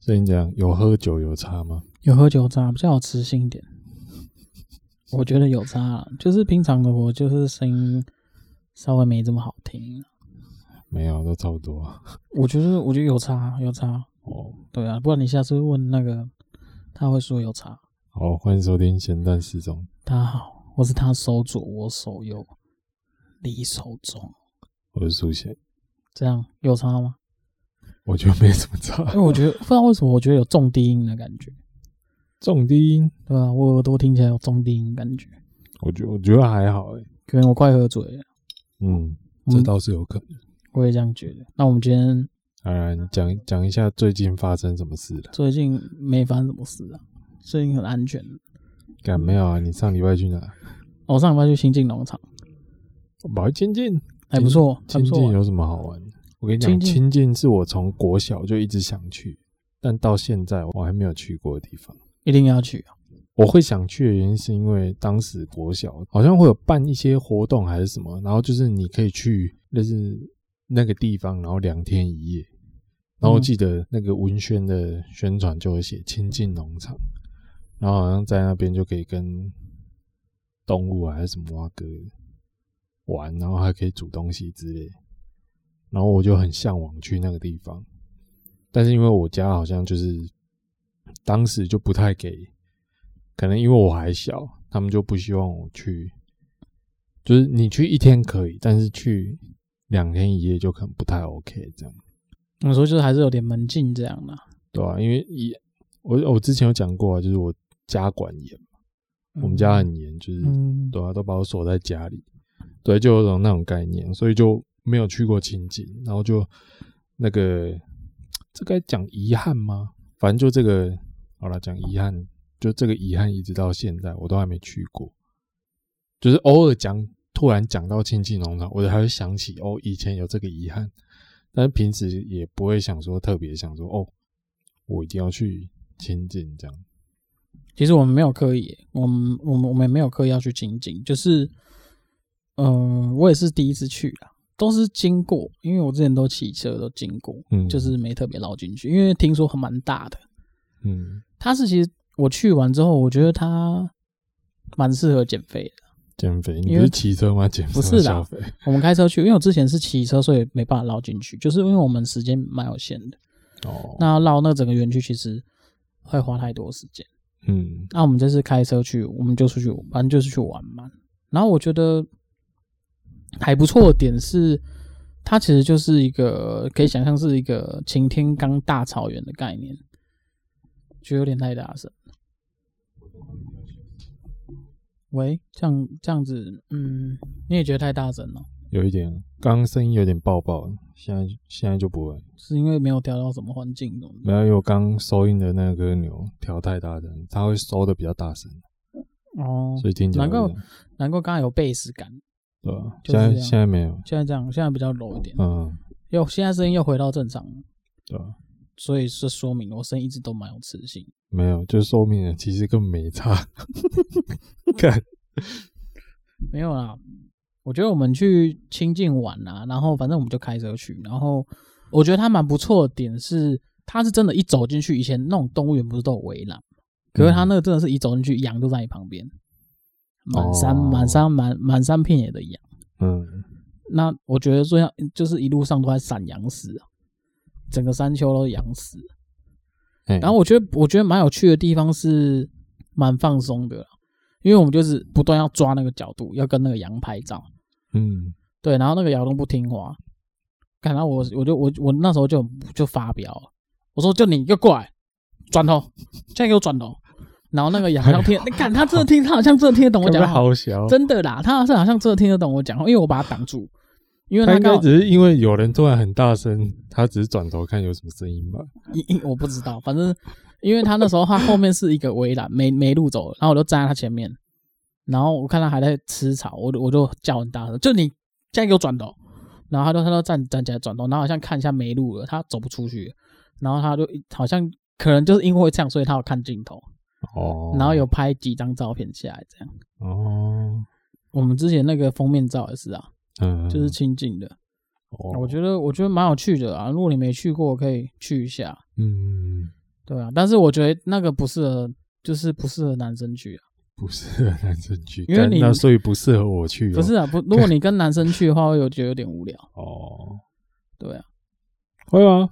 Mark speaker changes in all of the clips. Speaker 1: 所以你讲有喝酒有差吗？
Speaker 2: 有喝酒渣比较有磁性一点，我觉得有渣啦，就是平常的我就是声音稍微没这么好听。
Speaker 1: 没有，都差不多啊。
Speaker 2: 我觉得我觉得有差有差，
Speaker 1: 哦，
Speaker 2: 对啊，不然你下次问那个他会说有差。
Speaker 1: 好，欢迎收听咸蛋四中。
Speaker 2: 他好，我是他手左，我手右，离手中，
Speaker 1: 我是苏贤，
Speaker 2: 这样有差吗？
Speaker 1: 我觉得没什么差
Speaker 2: 哎因。为我觉得不知道为什么，我觉得有重低音的感觉，
Speaker 1: 重低音，
Speaker 2: 对吧、我耳朵听起来有重低音的感觉，
Speaker 1: 我觉我觉得还好诶、
Speaker 2: 可能我快喝醉了，
Speaker 1: 嗯，
Speaker 2: 嗯
Speaker 1: 这倒是有可能。
Speaker 2: 我也这样觉得。那我们今天
Speaker 1: 当然，讲讲一下最近发生什么事了。
Speaker 2: 最近没发生什么事啊，最近很安全。
Speaker 1: 干没有啊？你上礼拜去哪？
Speaker 2: 我上礼拜去新进农场，
Speaker 1: 保清近，
Speaker 2: 还不错，还
Speaker 1: 清
Speaker 2: 不错啊
Speaker 1: 近
Speaker 2: 玩。
Speaker 1: 有什么好玩的？我跟你讲，
Speaker 2: 清境
Speaker 1: 清啊近是我从国小就一直想去，但到现在我还没有去过的地方。
Speaker 2: 一定要去啊！
Speaker 1: 我会想去的原因是因为当时国小好像会有办一些活动还是什么，然后就是你可以去类似那个地方，然后两天一夜。然后我记得那个文宣的宣传就会写亲近农场，然后好像在那边就可以跟动物啊还是什么蛙哥玩，然后还可以煮东西之类。然后我就很向往去那个地方，但是因为我家好像就是当时就不太给，可能因为我还小，他们就不希望我去。就是你去一天可以，但是去两天一夜就可能不太 OK 这样。
Speaker 2: 我说就是还是有点门禁这样的、
Speaker 1: 对啊，因为一我我之前有讲过啊，就是我家管严，我们家很严，就是、
Speaker 2: 嗯，
Speaker 1: 对啊，都把我锁在家里，对，就有种那种概念，所以就没有去过清境，然后就那个这该讲遗憾吗？反正就这个好了，讲遗憾，就这个遗憾一直到现在我都还没去过，就是偶尔讲，突然讲到亲近农场，我还会想起哦，以前有这个遗憾，但是平时也不会想说特别想说哦，我一定要去亲近这样，
Speaker 2: 其实我们没有刻意，我们我们我们也没有刻意要去精进，就是，嗯、我也是第一次去啊，都是经过，因为我之前都骑车都经过，
Speaker 1: 嗯，
Speaker 2: 就是没特别绕进去，因为听说还蛮大的。
Speaker 1: 嗯，
Speaker 2: 它是其实我去完之后，我觉得它蛮适合减肥的。
Speaker 1: 减肥，你不
Speaker 2: 因为
Speaker 1: 是骑车吗？减肥
Speaker 2: 不是啦
Speaker 1: 消费。
Speaker 2: 我们开车去，因为我之前是骑车，所以没办法绕进去，就是因为我们时间蛮有限的，
Speaker 1: 哦，
Speaker 2: 那绕那整个园区其实会花太多时间。
Speaker 1: 嗯
Speaker 2: 那我们这次开车去，我们就出去，反正就是去玩嘛。然后我觉得还不错的点是，它其实就是一个可以想象是一个擎天岗大草原的概念，觉得有点太大声。喂，这样这样子，嗯，你也觉得太大声了，哦
Speaker 1: 有一点，刚刚声音有点爆爆，现在现在就不会，
Speaker 2: 是因为没有调到什么环境什么的
Speaker 1: 没有，因为我刚收音的那个歌钮调太大声，它会收的比较大声，
Speaker 2: 哦，
Speaker 1: 所以听起来
Speaker 2: 难怪
Speaker 1: 有点
Speaker 2: 难怪刚才有贝斯感，
Speaker 1: 对吧？
Speaker 2: 就是
Speaker 1: 现
Speaker 2: 这样
Speaker 1: 在现在没有，
Speaker 2: 现在这样，现在比较柔一点，
Speaker 1: 嗯，
Speaker 2: 又现在声音又回到正常了。
Speaker 1: 对吧？
Speaker 2: 所以这说明我声音一直都蛮有磁性。
Speaker 1: 没有，就寿命了，其实根本没 差。看，
Speaker 2: 没有啦，我觉得我们去清境玩啊，然后反正我们就开车去，然后我觉得它蛮不错的点是，它是真的，一走进去，以前那种动物园不是都有围栏，可是
Speaker 1: 嗯
Speaker 2: 它那个真的是一走进去，羊就在你旁边，满山
Speaker 1: 哦
Speaker 2: 满山满满山遍野的羊。
Speaker 1: 嗯，
Speaker 2: 那我觉得最要就是一路上都在散羊屎啊，整个山丘都是羊屎。啊
Speaker 1: 哎
Speaker 2: 然后我觉得我觉得蛮有趣的地方是蛮放松的啦，因为我们就是不断要抓那个角度，要跟那个羊拍照，
Speaker 1: 嗯，
Speaker 2: 对，然后那个羊都不听话，看到我我就我我那时候就很就发飙了，我说就你给我过来，转头，现在给我转头，然后那个羊好像
Speaker 1: 哎
Speaker 2: 听，你看他真的听，他好像真的听得懂我讲
Speaker 1: 干嘛
Speaker 2: 话，
Speaker 1: 好小，
Speaker 2: 真的啦，他好像好像真的听得懂我讲话，因为我把他挡住，因为
Speaker 1: 他
Speaker 2: 他
Speaker 1: 应
Speaker 2: 刚
Speaker 1: 该
Speaker 2: 好
Speaker 1: 只是因为有人突然很大声，他只是转头看有什么声音吧。
Speaker 2: 因因我不知道，反正因为他那时候他后面是一个围栏，没没路走，然后我就站在他前面，然后我看他还在吃草，我就我就叫很大声，就你现在给我转头，然后他就他就站站起来转头，然后好像看一下没路了，他走不出去，然后他就好像可能就是因为这样，所以他有看镜头，
Speaker 1: 哦，
Speaker 2: 然后有拍几张照片下来，这样。
Speaker 1: 哦，
Speaker 2: 我们之前那个封面照也是啊，
Speaker 1: 嗯，
Speaker 2: 就是亲近的，
Speaker 1: 哦
Speaker 2: 我觉得我觉得蛮有趣的啊。如果你没去过，可以去一下。
Speaker 1: 嗯，
Speaker 2: 对啊，但是我觉得那个不适合，就是不适合男生去啊。
Speaker 1: 不适合男生去，
Speaker 2: 因为
Speaker 1: 干
Speaker 2: 你
Speaker 1: 那所以不适合我去、哦，
Speaker 2: 不是啊，不，如果你跟男生去的话，会有觉得有点无聊。
Speaker 1: 哦，
Speaker 2: 对啊，
Speaker 1: 会吗？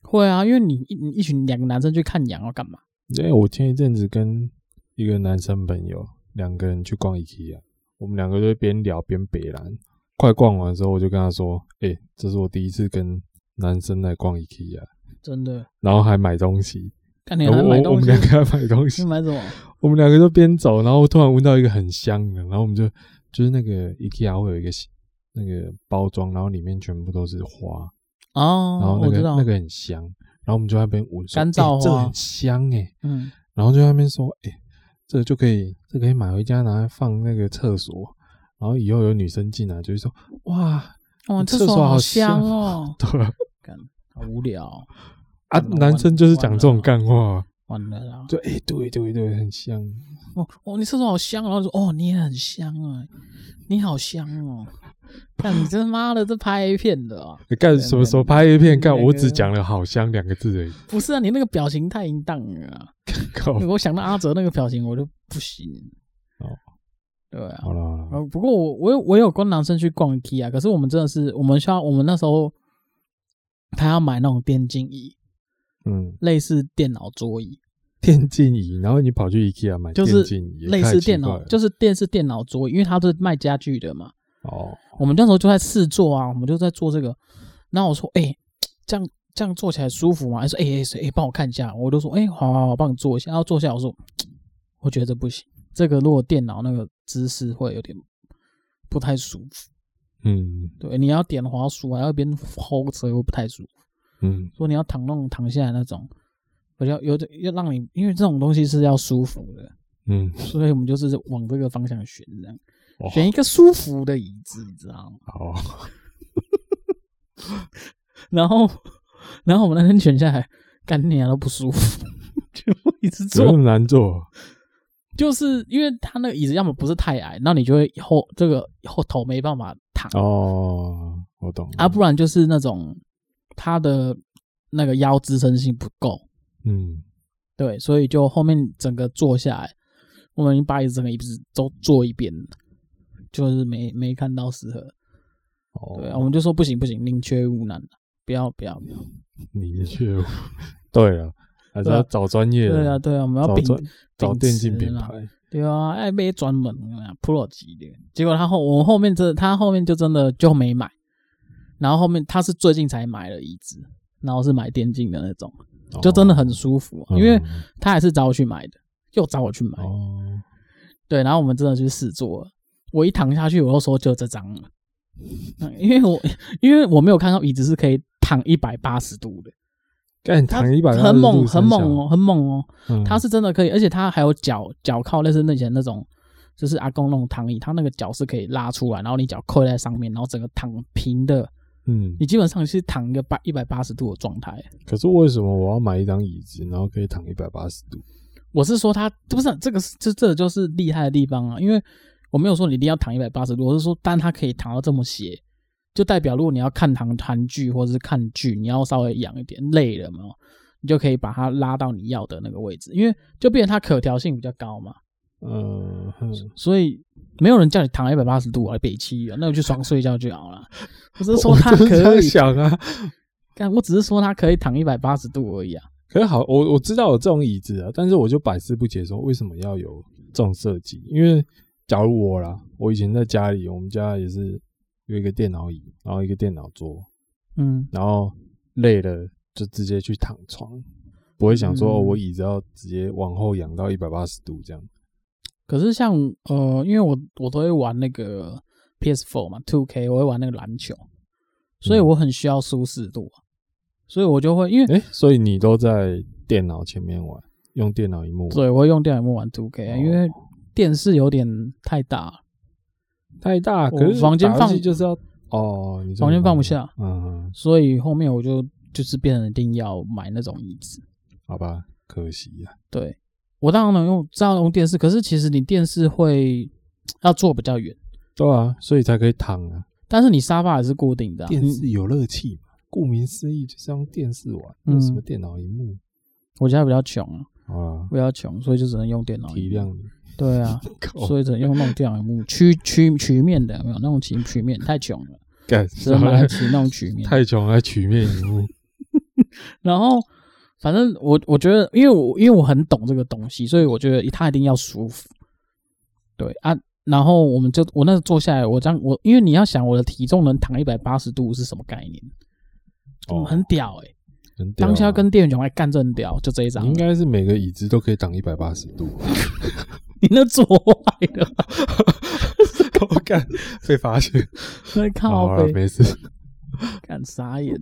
Speaker 2: 会啊，因为你一你一群两个男生去看羊要干嘛？
Speaker 1: 因为哎我前一阵子跟一个男生朋友两个人去逛 IKEA，我们两个就边聊边北兰。快逛完之后，我就跟他说：“哎、这是我第一次跟男生来逛 IKEA，
Speaker 2: 真的，
Speaker 1: 然后还买东西。
Speaker 2: 看你
Speaker 1: 然
Speaker 2: 还
Speaker 1: 后我
Speaker 2: 买
Speaker 1: 我
Speaker 2: 东
Speaker 1: 们
Speaker 2: 西，嗯
Speaker 1: 两个还买东
Speaker 2: 你
Speaker 1: 西，
Speaker 2: 买什么？
Speaker 1: 我们两个就边走，然后突然闻到一个很香的，然后我们就就是那个 IKEA 会有一个那个包装，然后里面全部都是花，然后
Speaker 2: 哦，
Speaker 1: 那
Speaker 2: 我
Speaker 1: 个
Speaker 2: 知道
Speaker 1: 那，个很香，然后我们就在那边闻，说
Speaker 2: 干
Speaker 1: 欸
Speaker 2: 燥
Speaker 1: 这个
Speaker 2: 花
Speaker 1: 很香哎、
Speaker 2: 嗯，
Speaker 1: 然后就在那边说，哎、这个就可以，这个可以买回家拿来放那个厕所，然后以后有女生进来就会说，哇，
Speaker 2: 哇，
Speaker 1: 你
Speaker 2: 这
Speaker 1: 厕所
Speaker 2: 好
Speaker 1: 好
Speaker 2: 香
Speaker 1: 香
Speaker 2: 哦，
Speaker 1: 对 啊，
Speaker 2: 好无聊哦，
Speaker 1: 啊
Speaker 2: 完了
Speaker 1: 男生就是讲这种
Speaker 2: 完了
Speaker 1: 干话，
Speaker 2: 完了啦。
Speaker 1: 就哎、对对对，很香，
Speaker 2: 哦哦，你厕所好香，然后就说哦，你也很香啊，你好香哦。 看你真妈的，这拍 A 片的啊！
Speaker 1: 你干
Speaker 2: 对
Speaker 1: 什么
Speaker 2: 对
Speaker 1: 时候拍 A 片？干，
Speaker 2: 那个
Speaker 1: 我只讲了好香两个字 而已，
Speaker 2: 不是啊，你那个表情太淫荡了啊、
Speaker 1: 靠，
Speaker 2: 我想到阿哲那个表情，我就不行。
Speaker 1: 哦，
Speaker 2: 对啊。
Speaker 1: 好了好了，
Speaker 2: 呃，不过我我有我有跟男生去逛 IKEA，可是我们真的是我们需要我们那时候他要买那种电竞椅，
Speaker 1: 嗯，
Speaker 2: 类似电脑桌椅，
Speaker 1: 电竞椅，然后你跑去 IKEA 买
Speaker 2: 就
Speaker 1: 电
Speaker 2: 是
Speaker 1: 竞椅，也
Speaker 2: 类
Speaker 1: 太
Speaker 2: 似
Speaker 1: 奇
Speaker 2: 电
Speaker 1: 怪
Speaker 2: 脑
Speaker 1: 了
Speaker 2: 就是电视电脑桌椅，因为他是卖家具的嘛。
Speaker 1: 哦，
Speaker 2: 我们那时候就在试做啊，我们就在做这个。然后我说：“哎、这样这样做起来舒服吗？”他说：“哎、哎谁哎帮我看一下。”我就说：“哎、好好好，帮你做一下。”然后做一下，我说：“我觉得这不行，这个如果电脑那个姿势会有点不太舒服。
Speaker 1: 嗯
Speaker 2: 对，你要点滑鼠，还要一边 hold 着，又不太舒服。
Speaker 1: 嗯，
Speaker 2: 说你要躺那种躺下来那种，比较有点要让你，因为这种东西是要舒服的，
Speaker 1: 嗯，
Speaker 2: 所以我们就是往这个方向选，这样
Speaker 1: 哦
Speaker 2: 选一个舒服的椅子，你知道吗？
Speaker 1: 好，
Speaker 2: 然后，然后我们那天选下来，干你啊都不舒服， 就一直
Speaker 1: 有那
Speaker 2: 坐，
Speaker 1: 么难做？
Speaker 2: 就是因为他那个椅子要么不是太矮，那你就会后这个后头没办法躺、
Speaker 1: 哦，我懂了
Speaker 2: 啊，不然就是那种他的那个腰支撑性不够，
Speaker 1: 嗯，
Speaker 2: 对，所以就后面整个坐下来，我们把椅子整个椅子都坐一遍了，就是没没看到适合，
Speaker 1: 哦，
Speaker 2: 对啊，我们就说不行不行，宁缺毋滥啊不要不要不要，
Speaker 1: 你去， 对了，还是
Speaker 2: 对啊
Speaker 1: 要找专业的，
Speaker 2: 对啊对啊，我们要
Speaker 1: 找
Speaker 2: 秉
Speaker 1: 专找
Speaker 2: 秉
Speaker 1: 电竞
Speaker 2: 持
Speaker 1: 品
Speaker 2: 啦
Speaker 1: 牌，
Speaker 2: 对啊，爱买专门啊，Pro 级的。结果他后我后面这他后面就真的就没买，然后后面他是最近才买了椅子，然后是买电竞的那种，啊就真的很舒服、啊
Speaker 1: 哦，
Speaker 2: 因为
Speaker 1: 嗯
Speaker 2: 他还是找我去买的，又找我去买，
Speaker 1: 哦，
Speaker 2: 对，然后我们真的去试坐了。我一躺下去，我又说就这张了，嗯因为我因为我没有看到椅子是可以躺一百八十度的，
Speaker 1: 干躺一百
Speaker 2: 很猛很猛哦，很猛哦，
Speaker 1: 嗯，
Speaker 2: 它是真的可以，而且它还有脚脚靠，类似那以前那种，就是阿公那种躺椅，它那个脚是可以拉出来，然后你脚扣在上面，然后整个躺平的，
Speaker 1: 嗯，
Speaker 2: 你基本上是躺一个八一百八十度的状态。
Speaker 1: 可是为什么我要买一张椅子，然后可以躺一百八十度？
Speaker 2: 我是说它不是这个是这这就是厉害的地方啊，因为我没有说你一定要躺一百八十度，我是说，但它可以躺到这么斜，就代表如果你要看韩韩剧或者是看剧，你要稍微仰一点，累了嘛，你就可以把它拉到你要的那个位置，因为就变成它可调性比较高嘛。
Speaker 1: 嗯，哼
Speaker 2: 所以没有人叫你躺一百八十度啊，北七啊，那我去床睡觉就 好了。我只是说他
Speaker 1: 我就是这
Speaker 2: 可
Speaker 1: 样
Speaker 2: 以，
Speaker 1: 想啊，
Speaker 2: 但我只是说他可以躺一百八十度而已啊。
Speaker 1: 可是好，我我知道有这种椅子啊，但是我就百思不解，说为什么要有这种设计？因为假如我啦，我以前在家里，我们家也是有一个电脑椅，然后一个电脑桌，
Speaker 2: 嗯，
Speaker 1: 然后累了就直接去躺床，不会想说、
Speaker 2: 嗯
Speaker 1: 哦我椅子要直接往后仰到一百八十度这样。
Speaker 2: 可是像呃，因为我我都会玩那个 PS4 嘛，Two K，我会玩那个篮球，所以我很需要舒适度啊、所以我就会因为
Speaker 1: 哎、所以你都在电脑前面玩，用电脑荧幕玩，
Speaker 2: 对，我会用电脑屏幕玩 Two K，、啊
Speaker 1: 哦
Speaker 2: 因为电视有点太大了，
Speaker 1: 太大，
Speaker 2: 我
Speaker 1: 可是
Speaker 2: 房间
Speaker 1: 打游戏
Speaker 2: 放
Speaker 1: 就是要哦，你这么
Speaker 2: 房间放不下，
Speaker 1: 忙啊，嗯，
Speaker 2: 所以后面我就就是变成一定要买那种椅子。
Speaker 1: 好吧，可惜啊呀、
Speaker 2: 对，我当然能用，知道用电视，可是其实你电视会要坐比较远，
Speaker 1: 对啊，所以才可以躺啊。
Speaker 2: 但是你沙发也是固定的、啊。
Speaker 1: 电视有热气嘛，顾名思义就是用电视玩，
Speaker 2: 嗯
Speaker 1: 用什么电脑荧幕？
Speaker 2: 我家比较穷啊，
Speaker 1: 好啦，
Speaker 2: 比较穷，所以就只能用电脑。
Speaker 1: 体哦谅你。
Speaker 2: 对啊，
Speaker 1: 靠
Speaker 2: 所以只能用那种电脑荧幕曲曲曲面的，有没有那种曲曲面太穷 了，
Speaker 1: 干
Speaker 2: 只能买得起那种曲面。
Speaker 1: 太穷还曲面荧幕，
Speaker 2: 然后反正我我觉得，因为我因为我很懂这个东西，所以我觉得他一定要舒服。对啊，然后我们就我那时候坐下来，我这样我因为你要想我的体重能躺一百八十度是什么概念？
Speaker 1: 哦，
Speaker 2: 很屌哎、
Speaker 1: 很屌啊嗯
Speaker 2: 当下跟啊店员讲，哎，干这很屌，就这一张
Speaker 1: 你。应该是每个椅子都可以挡一百八十 度。
Speaker 2: 你那左坏了，
Speaker 1: 我干，被发现。好
Speaker 2: 那哎靠
Speaker 1: 了，
Speaker 2: 背，
Speaker 1: 没 事。
Speaker 2: 干傻眼。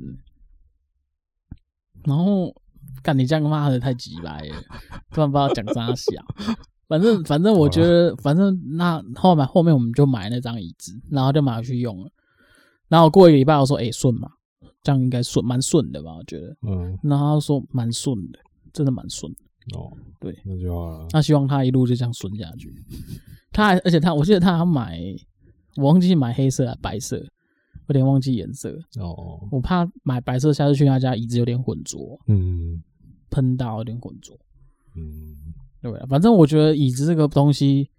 Speaker 2: 然后干你这样骂的太鸡掰了， 突然不知道讲啥小。反正反正我觉得，反正那后面后面我们就买那张椅子，然后就买回去用了。然后过一个礼拜我说，哎、顺嘛，这样应该顺，蛮顺的吧？我觉得。
Speaker 1: 嗯，
Speaker 2: 然后他说蛮顺的，真的蛮顺的。
Speaker 1: 哦，
Speaker 2: 对，
Speaker 1: 那就好了。
Speaker 2: 那希望他一路就这样顺下去。他还，而且他，我记得他还买，我忘记买黑色还白色，有点忘记颜色。
Speaker 1: 哦，
Speaker 2: 我怕买白色下次去他家椅子有点浑浊，
Speaker 1: 嗯
Speaker 2: 喷到有点浑浊。
Speaker 1: 嗯，
Speaker 2: 对啊，反正我觉得椅子这个东西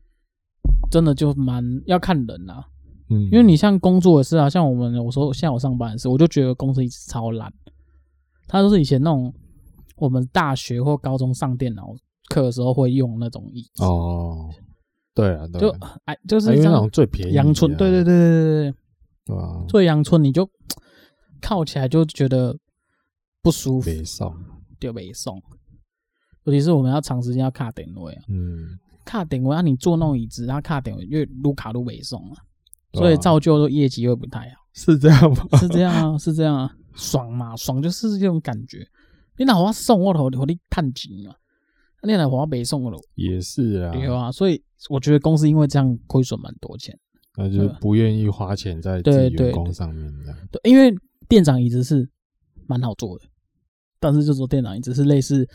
Speaker 2: 真的就蛮要看人啦、啊
Speaker 1: 嗯，
Speaker 2: 因为你像工作也是啊，像我们我说像我上班也是，我就觉得公司椅子超烂，它都是以前那种我们大学或高中上电脑课的时候会用那种椅子，
Speaker 1: 哦，对啊，对
Speaker 2: 就
Speaker 1: 啊，
Speaker 2: 哎就是
Speaker 1: 啊因为
Speaker 2: 这样
Speaker 1: 那种最便宜的啊，
Speaker 2: 阳春，对对对对对对对，
Speaker 1: 对啊，
Speaker 2: 做阳春你就靠起来就觉得不舒服，
Speaker 1: 北少，
Speaker 2: 就没送。尤其是我们要长时间要卡点位啊，
Speaker 1: 嗯，
Speaker 2: 卡点位啊，你坐那种椅子，然后卡点位越撸卡撸没送啊，
Speaker 1: 对啊
Speaker 2: 所以造就说业绩会不太 好，
Speaker 1: 是这样吗？
Speaker 2: 是这样啊，是这样啊，爽嘛，爽就是这种感觉。你哪我送我头头你探钱嘛，啊你哪我没送我头
Speaker 1: 也是啊，
Speaker 2: 对啊，所以我觉得公司因为这样亏损蛮多钱。
Speaker 1: 那就是不愿意花钱在自
Speaker 2: 对
Speaker 1: 己
Speaker 2: 对
Speaker 1: 员工上面这样。
Speaker 2: 对，因为店长椅子是蛮好坐的，但是就说店长椅子是类似，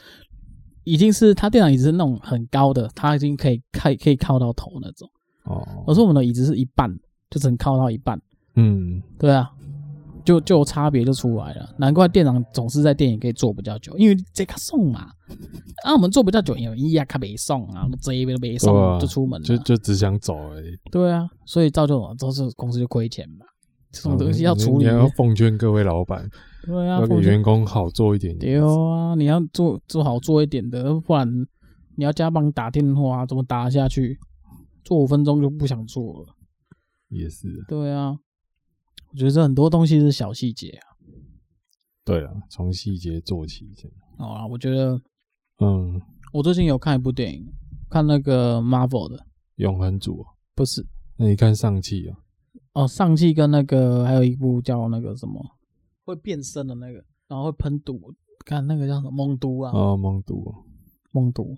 Speaker 2: 已经是他店长椅子是那种很高的，他已经可以靠可以靠到头那种。
Speaker 1: 哦，
Speaker 2: 我说我们的椅子是一半，就只能靠到一半，
Speaker 1: 嗯，
Speaker 2: 对啊，就就有差别就出来了。难怪店长总是在店里可以坐比较久，因为这个送嘛，啊，我们坐比较久，因为一呀，他没送啊，这一边都没送，
Speaker 1: 对啊
Speaker 2: 就出门了
Speaker 1: 就就只想走而已。
Speaker 2: 对啊，所以造就什么，都是公司就亏钱嘛。这种东西要
Speaker 1: 嗯
Speaker 2: 处
Speaker 1: 你
Speaker 2: 理，
Speaker 1: 要奉劝各位老 板，
Speaker 2: 对
Speaker 1: 要
Speaker 2: 啊，
Speaker 1: 给
Speaker 2: 奉劝
Speaker 1: 员工好做一点
Speaker 2: 对
Speaker 1: 点。
Speaker 2: 啊，你要做做好做一点的，不然你要加班打电话，怎么打下去？做五分钟就不想做了。
Speaker 1: 也是啊，
Speaker 2: 对啊，我觉得这很多东西是小细节啊。
Speaker 1: 对啊，从细节做起这样。
Speaker 2: 好啊，我觉得
Speaker 1: 嗯，
Speaker 2: 我最近有看一部电影，看那个 Marvel 的，
Speaker 1: 永恒主啊，
Speaker 2: 不是
Speaker 1: 那你看上汽啊，
Speaker 2: 哦，上季跟那个还有一部叫那个什么会变身的那个，然后会喷毒，看那个叫什么猛毒啊，
Speaker 1: 哦，蒙毒啊，
Speaker 2: 猛毒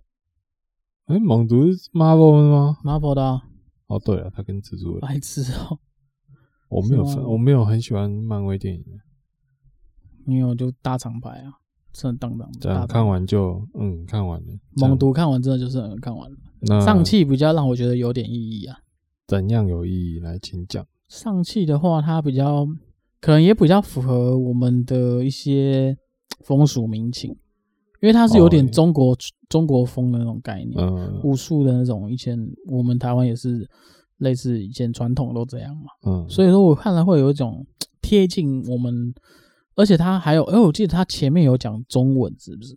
Speaker 1: 哎，蒙毒是 Marvel 的吗？
Speaker 2: Marvel 的、啊、
Speaker 1: 哦，对了，他跟蜘蛛人，
Speaker 2: 白痴哦、
Speaker 1: 我没有
Speaker 2: 是
Speaker 1: 分，
Speaker 2: 吗
Speaker 1: 我没有很喜欢漫威电影，
Speaker 2: 因为我就大厂牌啊，真的当当
Speaker 1: 这
Speaker 2: 大
Speaker 1: 样
Speaker 2: 厂
Speaker 1: 看完就嗯，看完了。这样
Speaker 2: 猛毒看完真的就是很看完了。
Speaker 1: 那
Speaker 2: 上汽比较让我觉得有点意义啊。
Speaker 1: 怎样有意义？来，请讲。
Speaker 2: 上汽的话，它比较可能也比较符合我们的一些风俗民情，因为它是有点
Speaker 1: 哦
Speaker 2: 中国、中国风的那种概念，
Speaker 1: 嗯
Speaker 2: 武术的那种。以前我们台湾也是类似以前传统都这样嘛，
Speaker 1: 嗯，
Speaker 2: 所以说我看了会有一种贴近我们，而且它还有，哎因为我记得它前面有讲中文，是不是？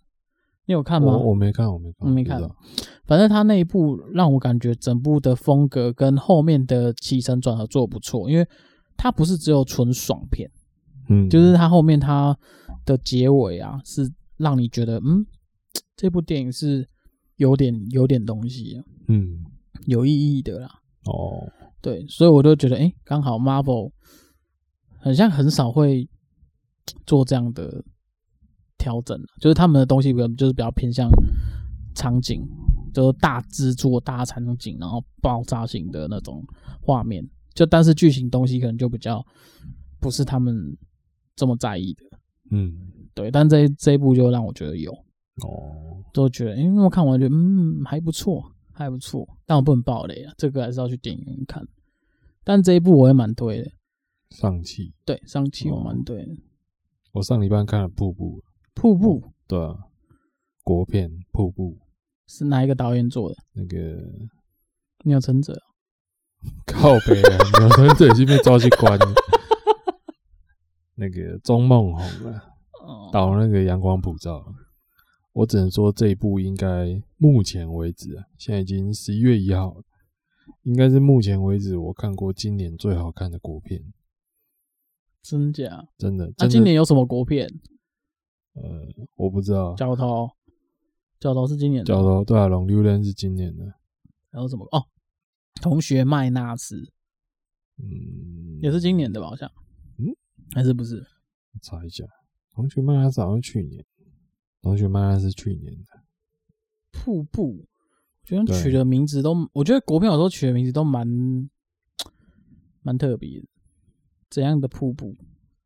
Speaker 2: 你有看吗？
Speaker 1: 我我没看，我没看，
Speaker 2: 嗯没
Speaker 1: 不知
Speaker 2: 看
Speaker 1: 道
Speaker 2: 反正他那一部让我感觉整部的风格跟后面的起承转合做得不错，因为它不是只有纯爽片，
Speaker 1: 嗯，
Speaker 2: 就是它后面它的结尾啊，是让你觉得嗯，这部电影是有点有点东西啊、
Speaker 1: 嗯，
Speaker 2: 有意义的啦。
Speaker 1: 哦，
Speaker 2: 对，所以我就觉得，哎、刚好 Marvel 很像很少会做这样的调整，啊就是他们的东西比较就是比较偏向场景，就是大制作、大场景，然后爆炸性的那种画面。就但是剧情东西可能就比较不是他们这么在意的，
Speaker 1: 嗯，
Speaker 2: 对。但这这一部就让我觉得有，
Speaker 1: 哦，
Speaker 2: 都觉得，因、为我看完觉得，嗯，还不错，还不错。但我不能爆雷啊，这个还是要去电影院看。但这一部我也蛮推的，
Speaker 1: 上汽，
Speaker 2: 对，上
Speaker 1: 哦
Speaker 2: 期我蛮推的。
Speaker 1: 我上礼拜看了瀑布，
Speaker 2: 瀑布，
Speaker 1: 对啊，国片《瀑布》，
Speaker 2: 是哪一个导演做的？
Speaker 1: 那个
Speaker 2: 钮承啊泽。
Speaker 1: 靠北啊，牛头嘴已经被抓去关了。那个钟梦红啊，
Speaker 2: 哦，
Speaker 1: 导那个《阳光普照》，我只能说这一部应该目前为止啊，现在已经十一月一号了，应该是目前为止我看过今年最好看的国片，
Speaker 2: 真假？
Speaker 1: 真的。
Speaker 2: 那
Speaker 1: 真的
Speaker 2: 啊今年有什么国片？
Speaker 1: 呃，我不知道。
Speaker 2: 角头，角头是今年的
Speaker 1: 角。头对啊，《龙溜人》是今年的，
Speaker 2: 还有什么？哦，同学麦纳斯
Speaker 1: 嗯，
Speaker 2: 也是今年的吧？好像，
Speaker 1: 嗯，
Speaker 2: 还是不是？
Speaker 1: 查一下，《同学麦拉斯》好像去年，《同学麦拉斯》是去年的，
Speaker 2: 瀑布，我觉得
Speaker 1: 对
Speaker 2: 取的名字都，我觉得国片有时候取的名字都蛮蛮特别的。怎样的瀑布？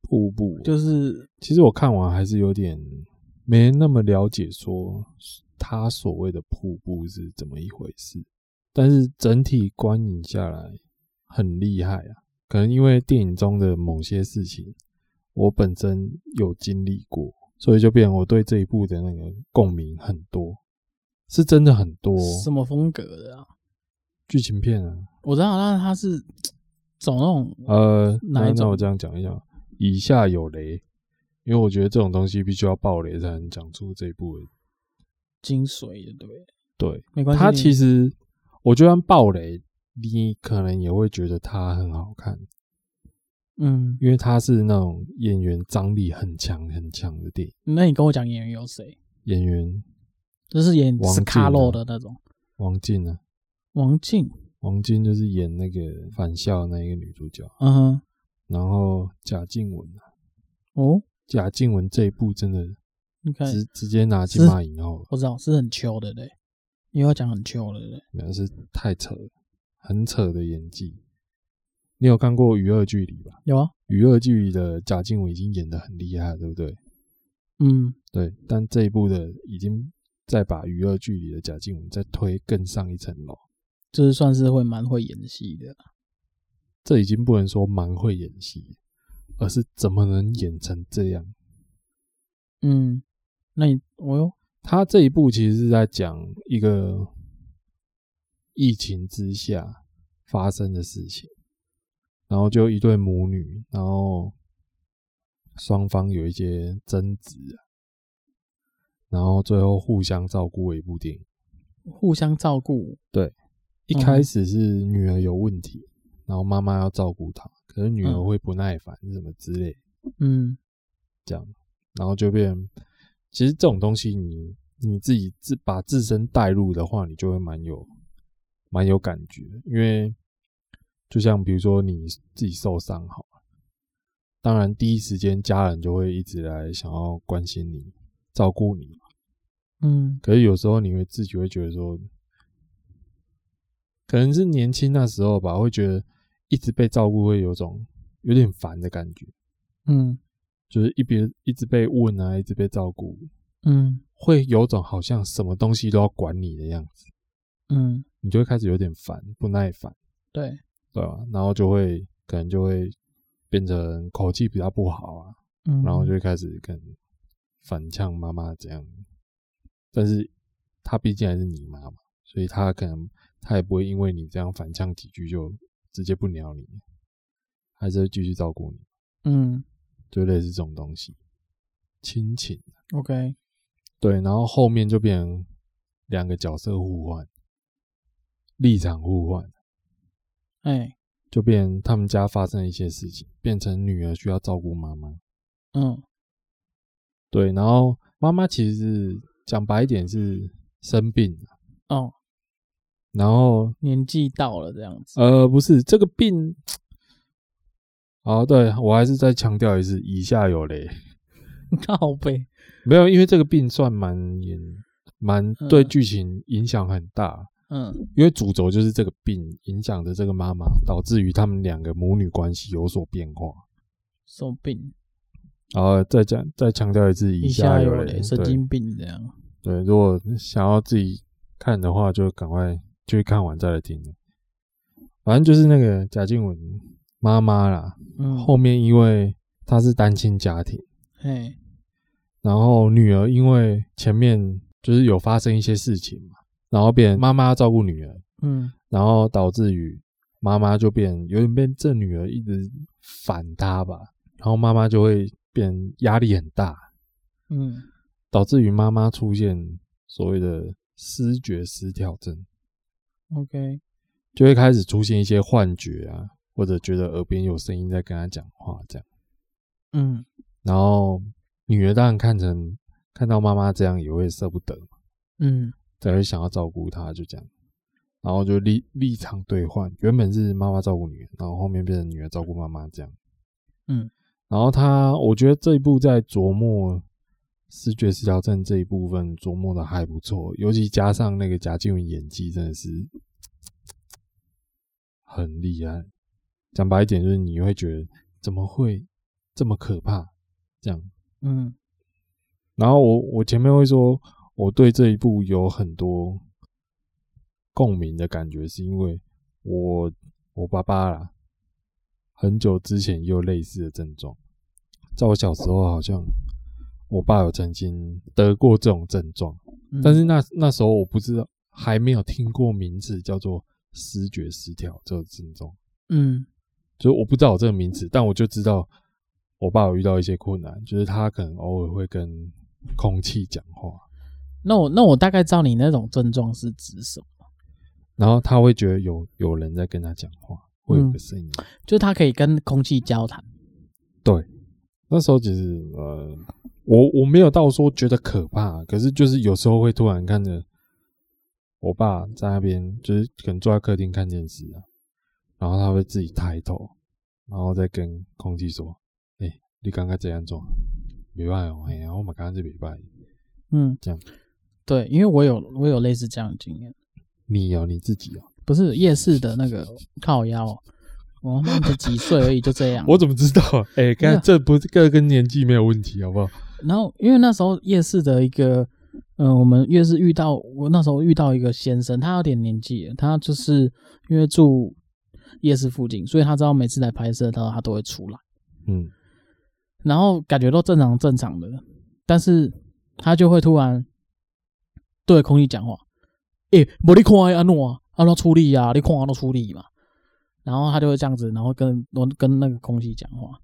Speaker 1: 瀑布哦
Speaker 2: 就是
Speaker 1: 其实我看完还是有点没那么了解，说他所谓的瀑布是怎么一回事。但是整体观影下来很厉害啊，可能因为电影中的某些事情，我本身有经历过，所以就变成我对这一部的那个共鸣很多，是真的很多
Speaker 2: 什么风格的啊？
Speaker 1: 剧情片啊。
Speaker 2: 我知道，但是它是走那种
Speaker 1: 呃，
Speaker 2: 哪
Speaker 1: 那
Speaker 2: 一种
Speaker 1: 那我这样讲一下，以下有雷，因为我觉得这种东西必须要爆雷才能讲出这一部的
Speaker 2: 精髓的，对不对？
Speaker 1: 对。
Speaker 2: 没关系，
Speaker 1: 它其
Speaker 2: 实
Speaker 1: 实，我就算爆雷，你可能也会觉得它很好看，
Speaker 2: 嗯，
Speaker 1: 因为它是那种演员张力很强很强的电影。
Speaker 2: 那你跟我讲演员有谁？
Speaker 1: 演员
Speaker 2: 就是演
Speaker 1: 王
Speaker 2: 斯卡
Speaker 1: 静
Speaker 2: 洛
Speaker 1: 啊
Speaker 2: 的那种
Speaker 1: 王静呢、
Speaker 2: 王静，
Speaker 1: 王静就是演那个返校那一个女主角，
Speaker 2: 嗯哼，
Speaker 1: 然后贾静雯啊，
Speaker 2: 哦，
Speaker 1: 贾静雯这一部真的
Speaker 2: 你看，
Speaker 1: 直直接拿金
Speaker 2: 是
Speaker 1: 马影后了，
Speaker 2: 我知道是很秋的，对，又要讲很秋的，对，
Speaker 1: 那是太扯了，很扯的演技。你有看过《娱乐距离》吧？
Speaker 2: 有啊，
Speaker 1: 《娱乐距离》的贾静雯已经演得很厉害了，对不对？
Speaker 2: 嗯，
Speaker 1: 对，但这一部的已经再把娱乐剧里的贾静雯再推更上一层楼，
Speaker 2: 就是算是会蛮会演戏的，
Speaker 1: 这已经不能说蛮会演戏，而是怎么能演成这样？
Speaker 2: 嗯，那你，我哟，
Speaker 1: 他这一部其实是在讲一个疫情之下发生的事情，然后就一对母女，然后双方有一些争执啊、然后最后互相照顾的一部电影。
Speaker 2: 互相照顾，
Speaker 1: 一
Speaker 2: 嗯
Speaker 1: 开始是女儿有问题，然后妈妈要照顾她，可是女儿
Speaker 2: 嗯
Speaker 1: 会不耐烦什么之类，
Speaker 2: 嗯，
Speaker 1: 这样，然后就变。其实这种东西你，你自己自把自身带入的话，你就会蛮有蛮有感觉，因为就像比如说你自己受伤好了，当然第一时间家人就会一直来想要关心你、照顾你，
Speaker 2: 嗯，
Speaker 1: 可是有时候你会自己会觉得说，可能是年轻那时候吧，会觉得一直被照顾会有种有点烦的感觉，
Speaker 2: 嗯，
Speaker 1: 就是一边一直被问啊，一直被照顾，
Speaker 2: 嗯，
Speaker 1: 会有种好像什么东西都要管你的样子，
Speaker 2: 嗯，
Speaker 1: 你就会开始有点烦，不耐烦，
Speaker 2: 对，
Speaker 1: 对吧？然后就会可能就会变成口气比较不好啊，
Speaker 2: 嗯，
Speaker 1: 然后就会开始跟反呛妈妈这样。但是她毕竟还是你妈嘛，所以她可能她也不会因为你这样反呛几句就直接不鸟你，还是会继续照顾你，
Speaker 2: 嗯
Speaker 1: 就类似这种东西，亲情。啊
Speaker 2: ，OK，
Speaker 1: 对，然后后面就变成两个角色互换，立场互换，
Speaker 2: 哎，
Speaker 1: 就变成他们家发生一些事情，变成女儿需要照顾妈妈，
Speaker 2: 嗯，
Speaker 1: 对，然后妈妈其实是讲白一点是生病了，
Speaker 2: 哦，
Speaker 1: 然后
Speaker 2: 年纪到了这样子，
Speaker 1: 呃不是这个病，哦，对我还是再强调一次，以下有雷，嗯
Speaker 2: 靠背，
Speaker 1: 没有，因为这个病算蛮严，蛮
Speaker 2: 嗯
Speaker 1: 对剧情影响很大，
Speaker 2: 嗯
Speaker 1: 因为主轴就是这个病影响着这个妈妈，导致于他们两个母女关系有所变化。
Speaker 2: 什么病？
Speaker 1: 然后再讲，再强调一次，以
Speaker 2: 一下
Speaker 1: 有
Speaker 2: 有嘞，神
Speaker 1: 对
Speaker 2: 经病这样，
Speaker 1: 对，如果想要自己看的话，就赶快去看完再来听。反正就是那个贾静雯妈妈啦，
Speaker 2: 嗯，
Speaker 1: 后面因为她是单亲家庭，
Speaker 2: 哎，
Speaker 1: 然后女儿因为前面就是有发生一些事情嘛，然后变妈妈照顾女儿，
Speaker 2: 嗯，
Speaker 1: 然后导致于妈妈就变有点变这女儿一直反她吧，然后妈妈就会变压力很大，
Speaker 2: 嗯，
Speaker 1: 导致于妈妈出现所谓的失觉失调症，
Speaker 2: OK，
Speaker 1: 就会开始出现一些幻觉啊，或者觉得耳边有声音在跟她讲话这样。
Speaker 2: 嗯，
Speaker 1: 然后女儿当然看成看到妈妈这样也会舍不得，
Speaker 2: 嗯，
Speaker 1: 才会想要照顾她，就这样。然后就立立场兑换，原本是妈妈照顾女儿，然后后面变成女儿照顾妈妈这样。
Speaker 2: 嗯，
Speaker 1: 然后他我觉得这一部在琢磨视觉失调症这一部分琢磨的还不错，尤其加上那个贾静雯演技真的是很厉害。讲白一点，就是你会觉得怎么会这么可怕这样？
Speaker 2: 嗯，
Speaker 1: 然后我我前面会说，我对这一部有很多共鸣的感觉，是因为我我爸爸啦，很久之前也有类似的症状，在我小时候好像我爸有曾经得过这种症状，
Speaker 2: 嗯
Speaker 1: 但是那那时候我不知道，还没有听过名字叫做失觉失调这个症状。
Speaker 2: 嗯
Speaker 1: 就是我不知道我这个名字，但我就知道我爸有遇到一些困难，就是他可能偶尔会跟空气讲话，
Speaker 2: 那我那我大概知道你那种症状是指什么，
Speaker 1: 然后他会觉得有有人在跟他讲话，会有个声音。
Speaker 2: 就是它可以跟空气交谈。
Speaker 1: 那时候其实呃，我我没有到说觉得可怕，啊可是就是有时候会突然看着我爸在那边，就是可能坐在客厅看电视啊，然后他会自己抬头，然后再跟空气说：“哎、你刚刚这样做，没办法，哎呀，我们刚刚这没办
Speaker 2: 嗯，
Speaker 1: 这样。
Speaker 2: 对，因为我有我有类似这样的经验，
Speaker 1: 你哦，你自己哦。”
Speaker 2: 不是夜市的那个靠腰，哦我妈才几岁而已，就这样。
Speaker 1: 我怎么知道啊？哎、
Speaker 2: 没
Speaker 1: 看
Speaker 2: 有
Speaker 1: 这不是这跟年纪没有问题，好不好？
Speaker 2: 然后因为那时候夜市的一个，嗯、我们夜市遇到我那时候遇到一个先生，他有点年纪了，他就是因为住夜市附近，所以他知道每次来拍摄，他他都会出来，
Speaker 1: 嗯，
Speaker 2: 然后感觉都正常正常的，但是他就会突然对空气讲话，诶、无你看安怎啊，安怎处理啊，你看安怎处理嘛，然后他就会这样子，然后跟我跟那个空气讲话。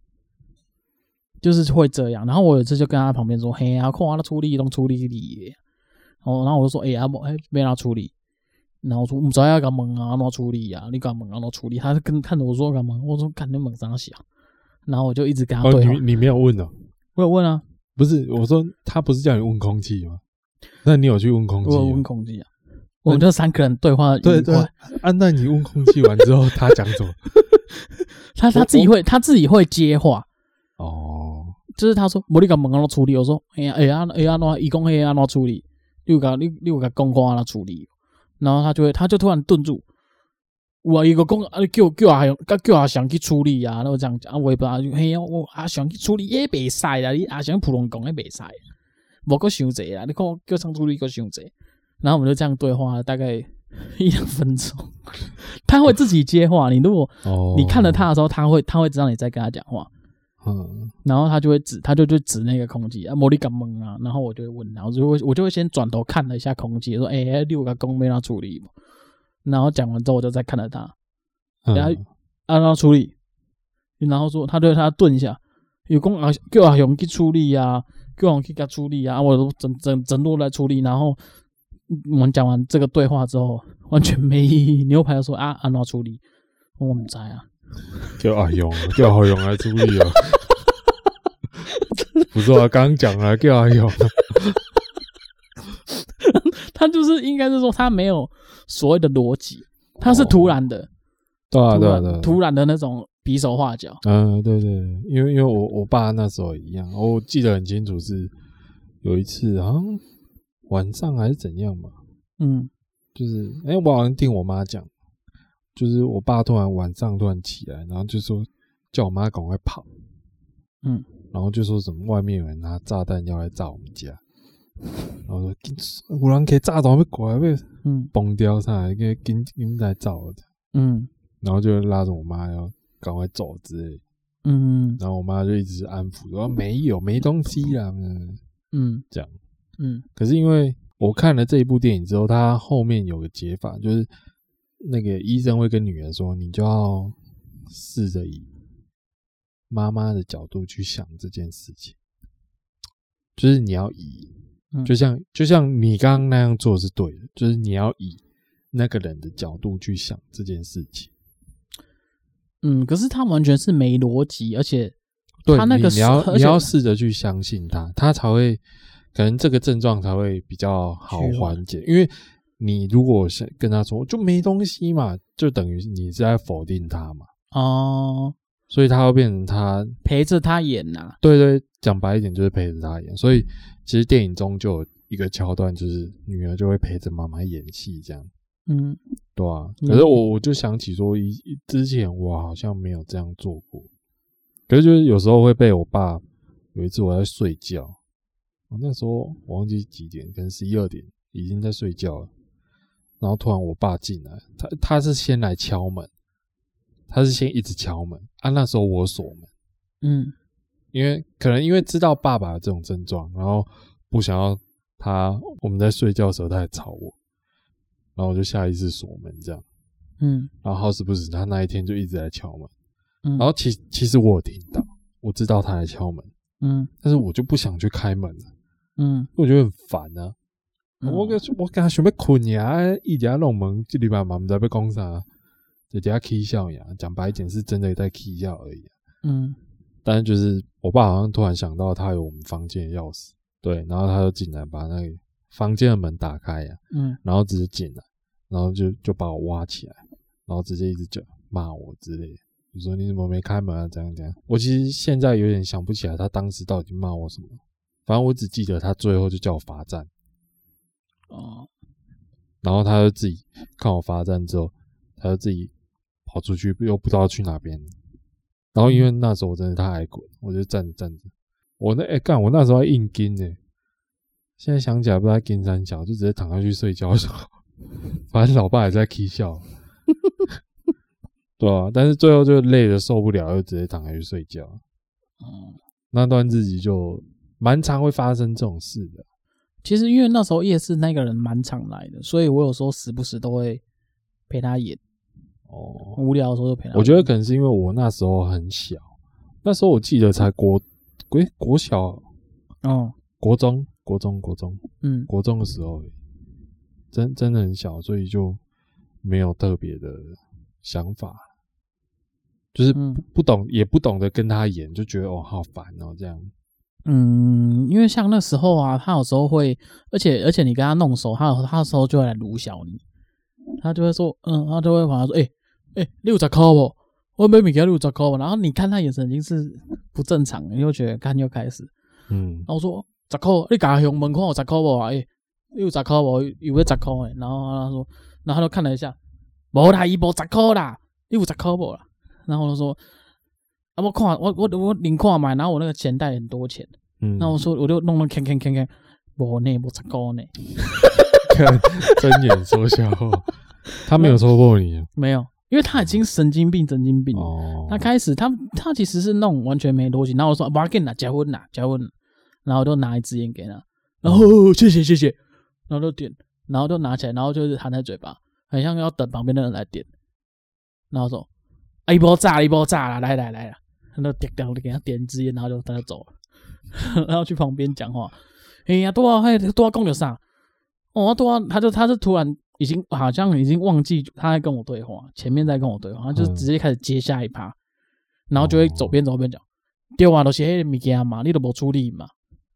Speaker 2: 就是会这样。然后我有一次就跟他旁边说：“嘿啊，看他处理拢处理你。”然后然后我就说：“哎、欸、啊，无哎，没他处理。”然后我说：“唔知道要干嘛啊，怎处理啊？你干嘛啊，怎处理？”他就跟看着我说：“干嘛？”我说：“干你猛张小。”然后我就一直跟他
Speaker 1: 哦，
Speaker 2: 啊对话。
Speaker 1: 你你没有问哦，
Speaker 2: 我有问啊，
Speaker 1: 不是，我说他不是叫你问空气吗？那你有去问空
Speaker 2: 我
Speaker 1: 气
Speaker 2: 有问
Speaker 1: 吗？
Speaker 2: 空气啊。我们就三个人对话得
Speaker 1: 对
Speaker 2: 愉
Speaker 1: 对
Speaker 2: 快，
Speaker 1: 啊，那你问空气完之后，他讲什么？
Speaker 2: 他他自己会他自己会接话，
Speaker 1: 哦，
Speaker 2: 就是他说无你甲问安怎处理，我说哎呀哎呀哎呀，那伊讲哎呀安怎处理，你有甲你你有甲讲看安怎处理，然后他就会他就突然顿住，有啊伊个讲啊你叫叫阿甲叫阿翔去处理啊，然后这样讲啊我也不知道，就嘿呀我阿翔去处理也袂使啦，你阿翔普通讲也袂使，无个想济啦，你看叫上处理个想济，然后我们就这样对话了大概一两分钟，他会自己接话，你如果
Speaker 1: 哦，
Speaker 2: 你看了，他的时候，他会他会知道你在跟他讲话。
Speaker 1: 嗯，
Speaker 2: 然后他就会指，他就就指那个空气啊，莫里敢蒙啊，然后我就会问他，我就会我就会先转头看了一下空气，说，哎、六个公没让他处理嘛，然后讲完之后，我就再看着他，
Speaker 1: 嗯
Speaker 2: 然后啊，让他处理，然后说他对他顿一下，有讲啊叫阿雄去处理啊，叫阿雄去给他处理啊，啊我都整整整路来处理，然后嗯我们讲完这个对话之后，完全没意义，牛排说啊，安、啊、怎处理，我们在啊，
Speaker 1: 叫阿勇，叫阿勇来处理 哦。不错啊，刚刚讲了，叫阿勇。
Speaker 2: 他就是应该是说他没有所谓的逻辑，他是突然的，
Speaker 1: 对啊，
Speaker 2: 突
Speaker 1: 对啊，
Speaker 2: 然
Speaker 1: 对啊。
Speaker 2: 突然的那种比手画脚。
Speaker 1: 嗯，对对，对因为因为我我爸那时候也一样，哦我记得很清楚是有一次好像晚上还是怎样吧，
Speaker 2: 嗯
Speaker 1: 就是哎、我好像听我妈讲，就是我爸突然晚上突然起来，然后就说叫我妈赶快跑，
Speaker 2: 嗯，
Speaker 1: 然后就说什么外面有人拿炸弹要来炸我们家，然后说紧有人给炸到要过来要
Speaker 2: 嗯
Speaker 1: 啊崩掉上来，给紧紧来炸了，
Speaker 2: 嗯
Speaker 1: 然后就拉着我妈要赶快走之类的。
Speaker 2: 嗯
Speaker 1: 然后我妈就一直安抚说没有，没东西啦。嗯
Speaker 2: 嗯，
Speaker 1: 这样
Speaker 2: 嗯
Speaker 1: 可是因为我看了这一部电影之后，它后面有个解法，就是那个医生会跟女人说，你就要试着以妈妈的角度去想这件事情，就是你要以，
Speaker 2: 嗯
Speaker 1: 就像就像你刚刚那样做是对的，就是你要以那个人的角度去想这件事情。
Speaker 2: 嗯，可是他完全是没逻辑，而且
Speaker 1: 对
Speaker 2: 他那个
Speaker 1: 你你
Speaker 2: 是
Speaker 1: 要
Speaker 2: 而
Speaker 1: 你
Speaker 2: 且
Speaker 1: 要试着去相信他，他才会可能这个症状才会比较好
Speaker 2: 趋缓
Speaker 1: 缓解。因为你如果想跟他说就没东西嘛，就等于你是在否定他嘛，
Speaker 2: 哦、
Speaker 1: 所以他会变成他
Speaker 2: 陪着他演呐、
Speaker 1: 对对，讲白一点就是陪着他演。所以其实电影中就有一个桥段，就是女儿就会陪着妈妈演戏这样，
Speaker 2: 嗯，
Speaker 1: 对啊。
Speaker 2: 嗯
Speaker 1: 可是我我就想起说，一一之前我好像没有这样做过，可是就是有时候会被我爸。有一次我在睡觉，我那时候我忘记几点，可能十一二点已经在睡觉了。然后突然我爸进来，他他是先来敲门，他是先一直敲门啊。那时候我锁门。
Speaker 2: 嗯，
Speaker 1: 因为可能因为知道爸爸有这种症状，然后不想要他我们在睡觉的时候他还吵我，然后我就下意识锁门这样，
Speaker 2: 嗯
Speaker 1: 然后好死不死他那一天就一直在敲门，
Speaker 2: 嗯，
Speaker 1: 然后其其实我有听到，我知道他来敲门，
Speaker 2: 嗯
Speaker 1: 但是我就不想去开门了，
Speaker 2: 嗯，
Speaker 1: 我觉得很烦啊，
Speaker 2: 嗯
Speaker 1: 我跟我跟他想要困呀，一家弄门，这礼拜嘛不知道要讲啥，在家起笑呀，讲白一点是真的在起笑而已、啊
Speaker 2: 嗯
Speaker 1: 但是就是我爸好像突然想到他有我们房间的钥匙，对，然后他就进来把那个房间的门打开呀、
Speaker 2: 嗯
Speaker 1: 然后直接进来，然后就就把我挖起来，然后直接一直就骂我之类的，就说你怎么没开门啊，怎样怎样。我其实现在有点想不起来他当时到底骂我什么，反正我只记得他最后就叫我罚站，
Speaker 2: 哦，
Speaker 1: 然后他就自己看我罚站之后，他就自己跑出去，又不知道去哪边。然后因为那时候我真的太爱滚，我就站着站着，我那哎、干，我那时候还硬筋呢、现在想起来不知道筋三小，就直接躺下去睡觉的时候， 反正老爸也在 k 笑，对啊，但是最后就累的受不了，就直接躺下去睡觉。
Speaker 2: 嗯，
Speaker 1: 那段日子就蛮常会发生这种事的。
Speaker 2: 其实因为那时候夜市那个人蛮常来的，所以我有时候时不时都会陪他演，
Speaker 1: 哦，
Speaker 2: 无聊的时候就陪他演。
Speaker 1: 我觉得可能是因为我那时候很小，那时候我记得才国国国小、
Speaker 2: 哦，
Speaker 1: 国中、国中、国中、
Speaker 2: 嗯
Speaker 1: 国中的时候而已，真真的很小，所以就没有特别的想法，就是不
Speaker 2: 嗯
Speaker 1: 不懂也不懂得跟他演，就觉得哦好烦哦这样。
Speaker 2: 嗯，因为像那时候啊，他有时候会，而且而且你跟他弄熟，他有他有时候就会来撸小你，他就会说，嗯，他就会跑来说，哎、哎、六十块不？我买物件六十块不？然后你看他眼神已经是不正常，你就觉得看又开始。
Speaker 1: 嗯
Speaker 2: 然，后我说十块，你家乡门口有十块无啊？诶、你有十块无？有要十块诶。然后他说，然后他就看了一下，无啦，伊无十块啦，你有十块无啦？然后我就说，啊，我看我我我领看买，然后我那个钱袋很多钱，
Speaker 1: 嗯
Speaker 2: 那我说我就弄弄看看看看，无呢，无十块呢，
Speaker 1: 看睁眼说瞎话，他没有戳破你啊
Speaker 2: 没有，因为他已经神经病神经病了。
Speaker 1: 哦。
Speaker 2: 他开始，他他其实是那种完全没逻辑。然后我说 b a r g a i n 啦，结婚啦，结婚。然后我就拿一支烟给他，然后、哦谢谢谢谢，然后就点，然后就拿起来，然后就是含在嘴巴，很像要等旁边的人来点。然后说啊一波炸了，一波炸了，来来来了，然后点掉，我就给他点一支烟，然后就他就走了， 然后去旁边讲话。哎呀，多少还多少讲了啥？哦，多少他就他是突然已经好像已经忘记他在跟我对话，前面在跟我对话，他就
Speaker 1: 嗯
Speaker 2: 直接开始接下一趴，然后就会走边走边讲，对啊，都是迄个物件嘛，你都无处理嘛，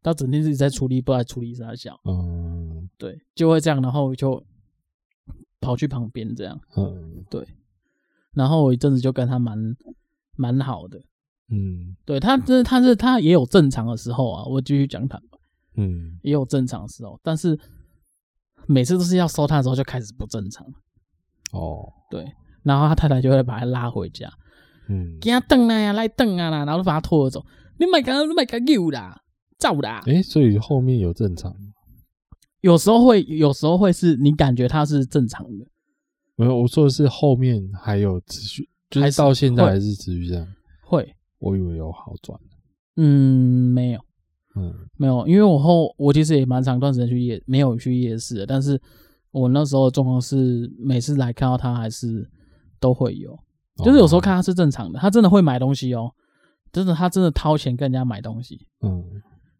Speaker 2: 他整天自己在处理，不知道在处理啥小，
Speaker 1: 嗯
Speaker 2: 对，就会这样，然后就跑去旁边这样，
Speaker 1: 嗯
Speaker 2: 然后我一阵子就跟他蛮蛮好的，
Speaker 1: 嗯
Speaker 2: 对他这他是他也有正常的时候啊，我继续讲坦白，
Speaker 1: 嗯，
Speaker 2: 也有正常的时候，但是每次都是要收他的时候就开始不正常，
Speaker 1: 哦，
Speaker 2: 对，然后他太太就会把他拉回家，
Speaker 1: 嗯，
Speaker 2: 给他瞪啊呀，来瞪啊啦，然后就把他拖着走，你买干你买干狗啦，走啦，
Speaker 1: 诶，所以后面有正常吗
Speaker 2: 有时候会有时候会是你感觉他是正常的，
Speaker 1: 没有，我说的是后面还有持续，就
Speaker 2: 还
Speaker 1: 是
Speaker 2: 是
Speaker 1: 到现在
Speaker 2: 会
Speaker 1: 还是持续这样。
Speaker 2: 会，
Speaker 1: 我以为有好转，
Speaker 2: 嗯，没有。
Speaker 1: 嗯
Speaker 2: 没有，因为我后我其实也蛮长一段时间去夜没有去夜市的，但是我那时候的状况是每次来看到他还是都会有，就是有时
Speaker 1: 哦
Speaker 2: 候看他是正常的，他真的会买东西哦，真的他真的掏钱跟人家买东西，
Speaker 1: 嗯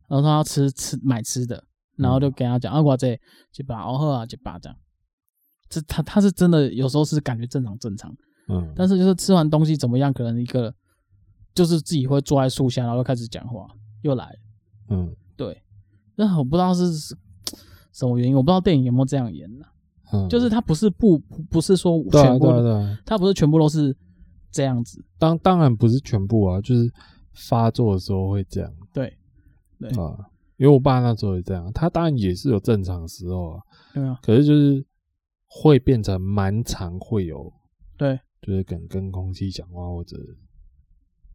Speaker 2: 然后他要吃吃买吃的，然后就跟他讲、啊，我这几把熬喝啊几把这样，这他他是真的有时候是感觉正常正常，
Speaker 1: 嗯，
Speaker 2: 但是就是吃完东西怎么样，可能一个就是自己会坐在树下，然后就开始讲话，又来了。
Speaker 1: 嗯
Speaker 2: 对，那我不知道是是什么原因，我不知道电影有没有这样演呢、啊
Speaker 1: 嗯，
Speaker 2: 就是它不是不不不是说
Speaker 1: 对啊
Speaker 2: 全部
Speaker 1: 对
Speaker 2: 都，
Speaker 1: 啊对啊，
Speaker 2: 它不是全部都是这样子。
Speaker 1: 当当然不是全部啊，就是发作的时候会这样
Speaker 2: 对，对
Speaker 1: 啊，因为我爸那时候也这样，他当然也是有正常的时候啊，
Speaker 2: 有没有？
Speaker 1: 可是就是会变成蛮常会有，
Speaker 2: 对，
Speaker 1: 就是跟跟空气讲话或者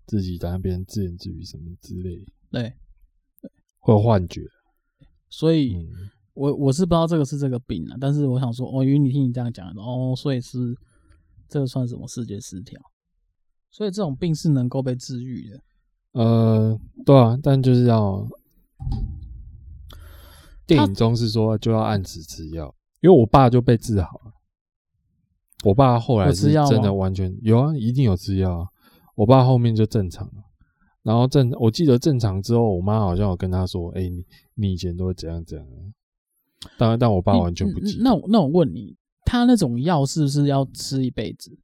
Speaker 1: 自己在那边自言自语什么之类的，
Speaker 2: 对，
Speaker 1: 会有幻觉，
Speaker 2: 所以
Speaker 1: 嗯
Speaker 2: 我我是不知道这个是这个病啊，但是我想说，哦，因为你听你这样讲，哦，所以是这个算什么视觉失调？所以这种病是能够被治愈的。
Speaker 1: 呃，对啊，但就是要电影中是说就要按时吃药，因为我爸就被治好了。我爸后来
Speaker 2: 有吃
Speaker 1: 是
Speaker 2: 药吗
Speaker 1: 真的完全有啊，一定有吃药啊。我爸后面就正常了，然后正我记得正常之后，我妈好像有跟他说：“哎、你你以前都会怎样怎样。”当然，但我爸完全不记
Speaker 2: 嗯嗯
Speaker 1: 得，
Speaker 2: 那我那我问你，他那种药是不是要吃一辈子？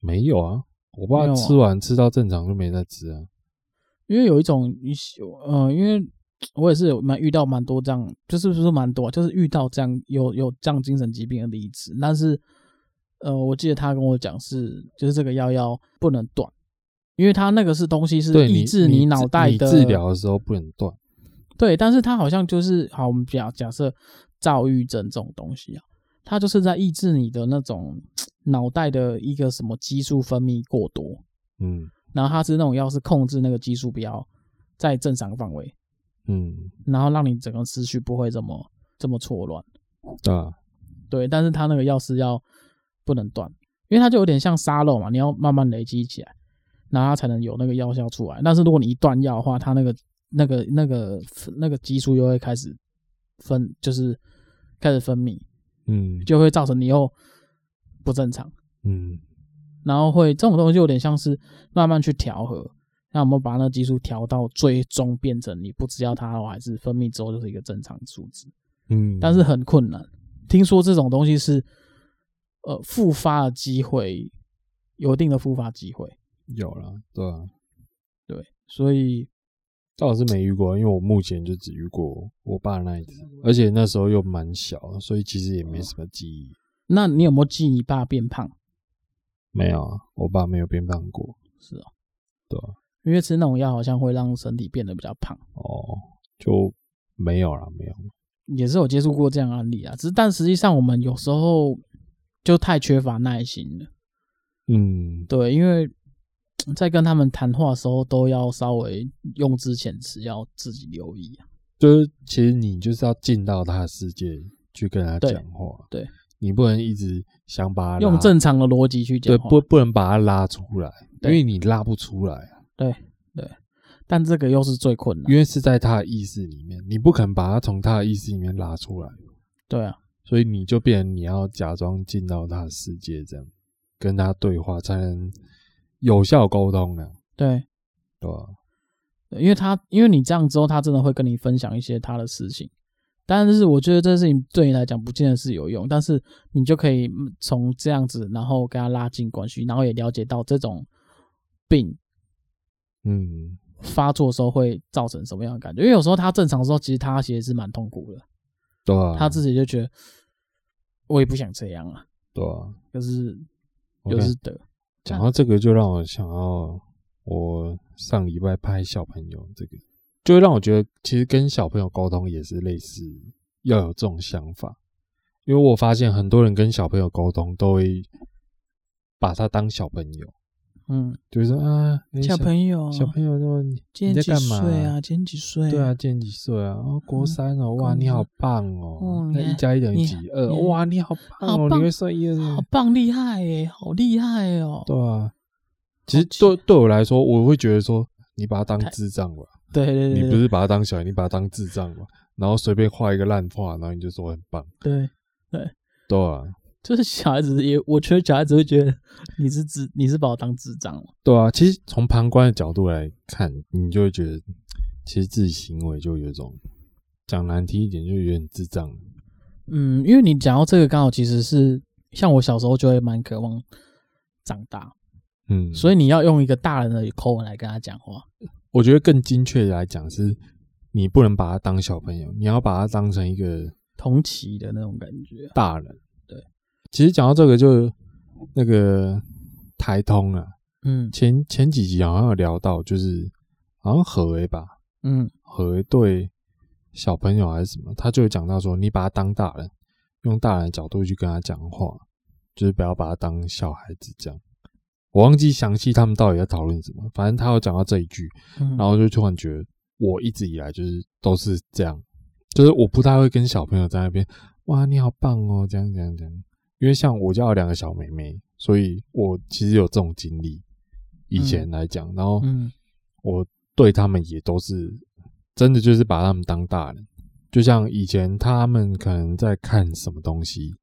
Speaker 1: 没有啊。我
Speaker 2: 没
Speaker 1: 爸
Speaker 2: 有啊
Speaker 1: 吃完吃到正常就没再吃啊。
Speaker 2: 因为有一种你喜，呃，因为我也是有蛮遇到蛮多这样，就是不是蛮多，啊就是遇到这样有有这样精神疾病的例子，但是，呃，我记得他跟我讲是，就是这个药要不能断，因为他那个是东西是
Speaker 1: 对
Speaker 2: 抑制
Speaker 1: 你
Speaker 2: 脑袋
Speaker 1: 你
Speaker 2: 的
Speaker 1: 治疗的时候不能断。
Speaker 2: 对，但是他好像就是好，我们假假设躁郁症这种东西啊，它就是在抑制你的那种脑袋的一个什么激素分泌过多，
Speaker 1: 嗯
Speaker 2: 然后它是那种药是控制那个激素不要在正常范围。
Speaker 1: 嗯，
Speaker 2: 然后让你整个思绪不会这么这么错乱。
Speaker 1: 对啊。
Speaker 2: 对，但是他那个药是要不能断，因为它就有点像沙漏嘛，你要慢慢累积起来，然后它才能有那个药效出来。但是如果你一断药的话，它那个那个那个那个激素又会开始分，就是开始分泌，
Speaker 1: 嗯
Speaker 2: 就会造成你又不正常。
Speaker 1: 嗯
Speaker 2: 然后会这种东西有点像是慢慢去调和，那我们把那个激素调到最终变成你不知道它还是分泌之后就是一个正常数值。
Speaker 1: 嗯，
Speaker 2: 但是很困难。听说这种东西是，呃，复发的机会有一定的复发机会，
Speaker 1: 有啦，对啊，
Speaker 2: 对，所以
Speaker 1: 但我是没遇过，因为我目前就只遇过我爸那一次，
Speaker 2: 嗯
Speaker 1: 而且那时候又蛮小，所以其实也没什么记忆。
Speaker 2: 那你有没有记你爸变胖？
Speaker 1: 没有啊，我爸没有变胖过。
Speaker 2: 是哦，
Speaker 1: 对啊
Speaker 2: 因为吃那种药好像会让身体变得比较胖，
Speaker 1: 哦，就没有啦，没有。
Speaker 2: 也是有接触过这样的案例啊。只是但实际上我们有时候就太缺乏耐心了，
Speaker 1: 嗯，
Speaker 2: 对，因为在跟他们谈话的时候都要稍微用之前吃要自己留意啊。
Speaker 1: 就是其实你就是要进到他的世界去跟他
Speaker 2: 对
Speaker 1: 讲话，
Speaker 2: 对
Speaker 1: 你不能一直想把他
Speaker 2: 用
Speaker 1: 拉
Speaker 2: 正常的逻辑去讲
Speaker 1: 对
Speaker 2: 话，
Speaker 1: 不不能把他拉出来，因
Speaker 2: 对
Speaker 1: 为你拉不出来啊，
Speaker 2: 但这个又是最困难。
Speaker 1: 因为是在他的意识里面，你不肯把他从他的意识里面拉出来。
Speaker 2: 对啊，
Speaker 1: 所以你就变成你要假装进到他的世界，这样跟他对话才能有效沟通呢、
Speaker 2: 对，
Speaker 1: 对吧？
Speaker 2: 对因为他因为你这样之后，他真的会跟你分享一些他的事情。但是我觉得这件事情对你来讲不见得是有用，但是你就可以嗯从这样子，然后跟他拉近关系，然后也了解到这种病
Speaker 1: 嗯，
Speaker 2: 发作的时候会造成什么样的感觉。因为有时候他正常的时候，其实他其实是蛮痛苦的，
Speaker 1: 对啊，
Speaker 2: 他自己就觉得我也不想这样啊，
Speaker 1: 对啊。
Speaker 2: 可是
Speaker 1: OK，
Speaker 2: 又是得
Speaker 1: 讲到这个，就让我想到我上礼拜拍小朋友这个，就会让我觉得其实跟小朋友沟通也是类似，要有这种想法，因为我发现很多人跟小朋友沟通都会把他当小朋友，
Speaker 2: 嗯，
Speaker 1: 就是说啊，哎
Speaker 2: 小朋友，
Speaker 1: 小朋友说你
Speaker 2: 今天
Speaker 1: 你
Speaker 2: 几
Speaker 1: 在干嘛
Speaker 2: 岁啊？今天几岁？
Speaker 1: 对啊，，今年几岁啊？哦，国
Speaker 2: 嗯
Speaker 1: 三哦，哇，
Speaker 2: 国
Speaker 1: 你好
Speaker 2: 三
Speaker 1: 棒哦！
Speaker 2: 嗯
Speaker 1: 那
Speaker 2: 你
Speaker 1: 一加一等于
Speaker 2: 你
Speaker 1: 几？二，
Speaker 2: 你
Speaker 1: 哇，你好棒
Speaker 2: 好
Speaker 1: 哦！
Speaker 2: 棒
Speaker 1: 你会算一二
Speaker 2: 好
Speaker 1: 三，
Speaker 2: 棒，厉害耶，好厉害哦！
Speaker 1: 对啊。其实
Speaker 2: 奇
Speaker 1: 对对我来说，我会觉得说，你把它当智障吧，
Speaker 2: 对对
Speaker 1: 你
Speaker 2: 对
Speaker 1: 不
Speaker 2: 对
Speaker 1: 是把它当小孩，你把它当智障嘛，然后随便画一个烂画，然后你就说很棒，
Speaker 2: 对，
Speaker 1: 对啊，
Speaker 2: 就是小孩子也，我觉得小孩子会觉得你是智，你是把我当智障了。
Speaker 1: 对啊。其实从旁观的角度来看，你就会觉得，其实自己行为就有一种讲难听一点，就有点智障。
Speaker 2: 嗯，因为你讲到这个，刚好其实是像我小时候就会蛮渴望长大，
Speaker 1: 嗯，
Speaker 2: 所以你要用一个大人的口吻来跟他讲话。
Speaker 1: 我觉得更精确的来讲是，你不能把他当小朋友，你要把他当成一个
Speaker 2: 同期的那种感觉。
Speaker 1: 大人。
Speaker 2: 对，
Speaker 1: 其实讲到这个就，那个台通啊，
Speaker 2: 嗯
Speaker 1: 前前几集好像有聊到，就是好像何为吧，
Speaker 2: 嗯
Speaker 1: 和对小朋友还是什么，他就有讲到说，你把他当大人，用大人的角度去跟他讲话，就是不要把他当小孩子这样。我忘记详细他们到底在讨论什么，反正他有讲到这一句，
Speaker 2: 嗯，
Speaker 1: 然后就突然觉得，我一直以来就是都是这样，就是我不太会跟小朋友在那边，哇，你好棒哦，这样这样这样。因为像我家有两个小妹妹，所以我其实有这种经历，以前来讲，然后
Speaker 2: 嗯
Speaker 1: 我对他们也都是真的就是把他们当大人，就像以前他们可能在看什么东西，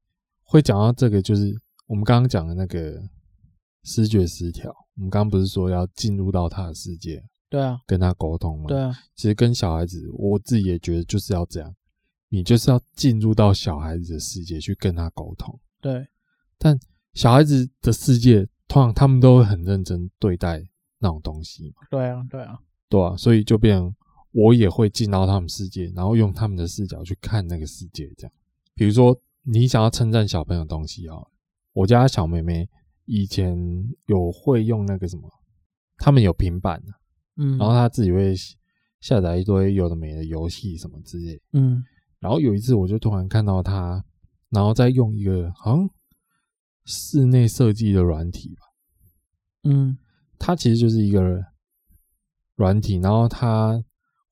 Speaker 1: 会讲到这个，就是我们刚刚讲的那个视觉失调。我们刚刚不是说要进入到他的世界，
Speaker 2: 对啊
Speaker 1: 跟他沟通吗？
Speaker 2: 对，啊，
Speaker 1: 其实跟小孩子，我自己也觉得就是要这样，你就是要进入到小孩子的世界去跟他沟通。
Speaker 2: 对
Speaker 1: 但小孩子的世界，通常他们都会很认真对待那种东西嘛，
Speaker 2: 对啊对啊，
Speaker 1: 对啊，所以就变成我也会进到他们世界，然后用他们的视角去看那个世界。这样，比如说你想要称赞小朋友的东西啊，我家小妹妹以前有会用那个什么，他们有平板啊
Speaker 2: 嗯，
Speaker 1: 然后他自己会下载一堆有的没的游戏什么之类。
Speaker 2: 嗯
Speaker 1: 然后有一次我就突然看到他，然后再用一个好像室内设计的软体吧，
Speaker 2: 嗯
Speaker 1: 它其实就是一个软体，然后它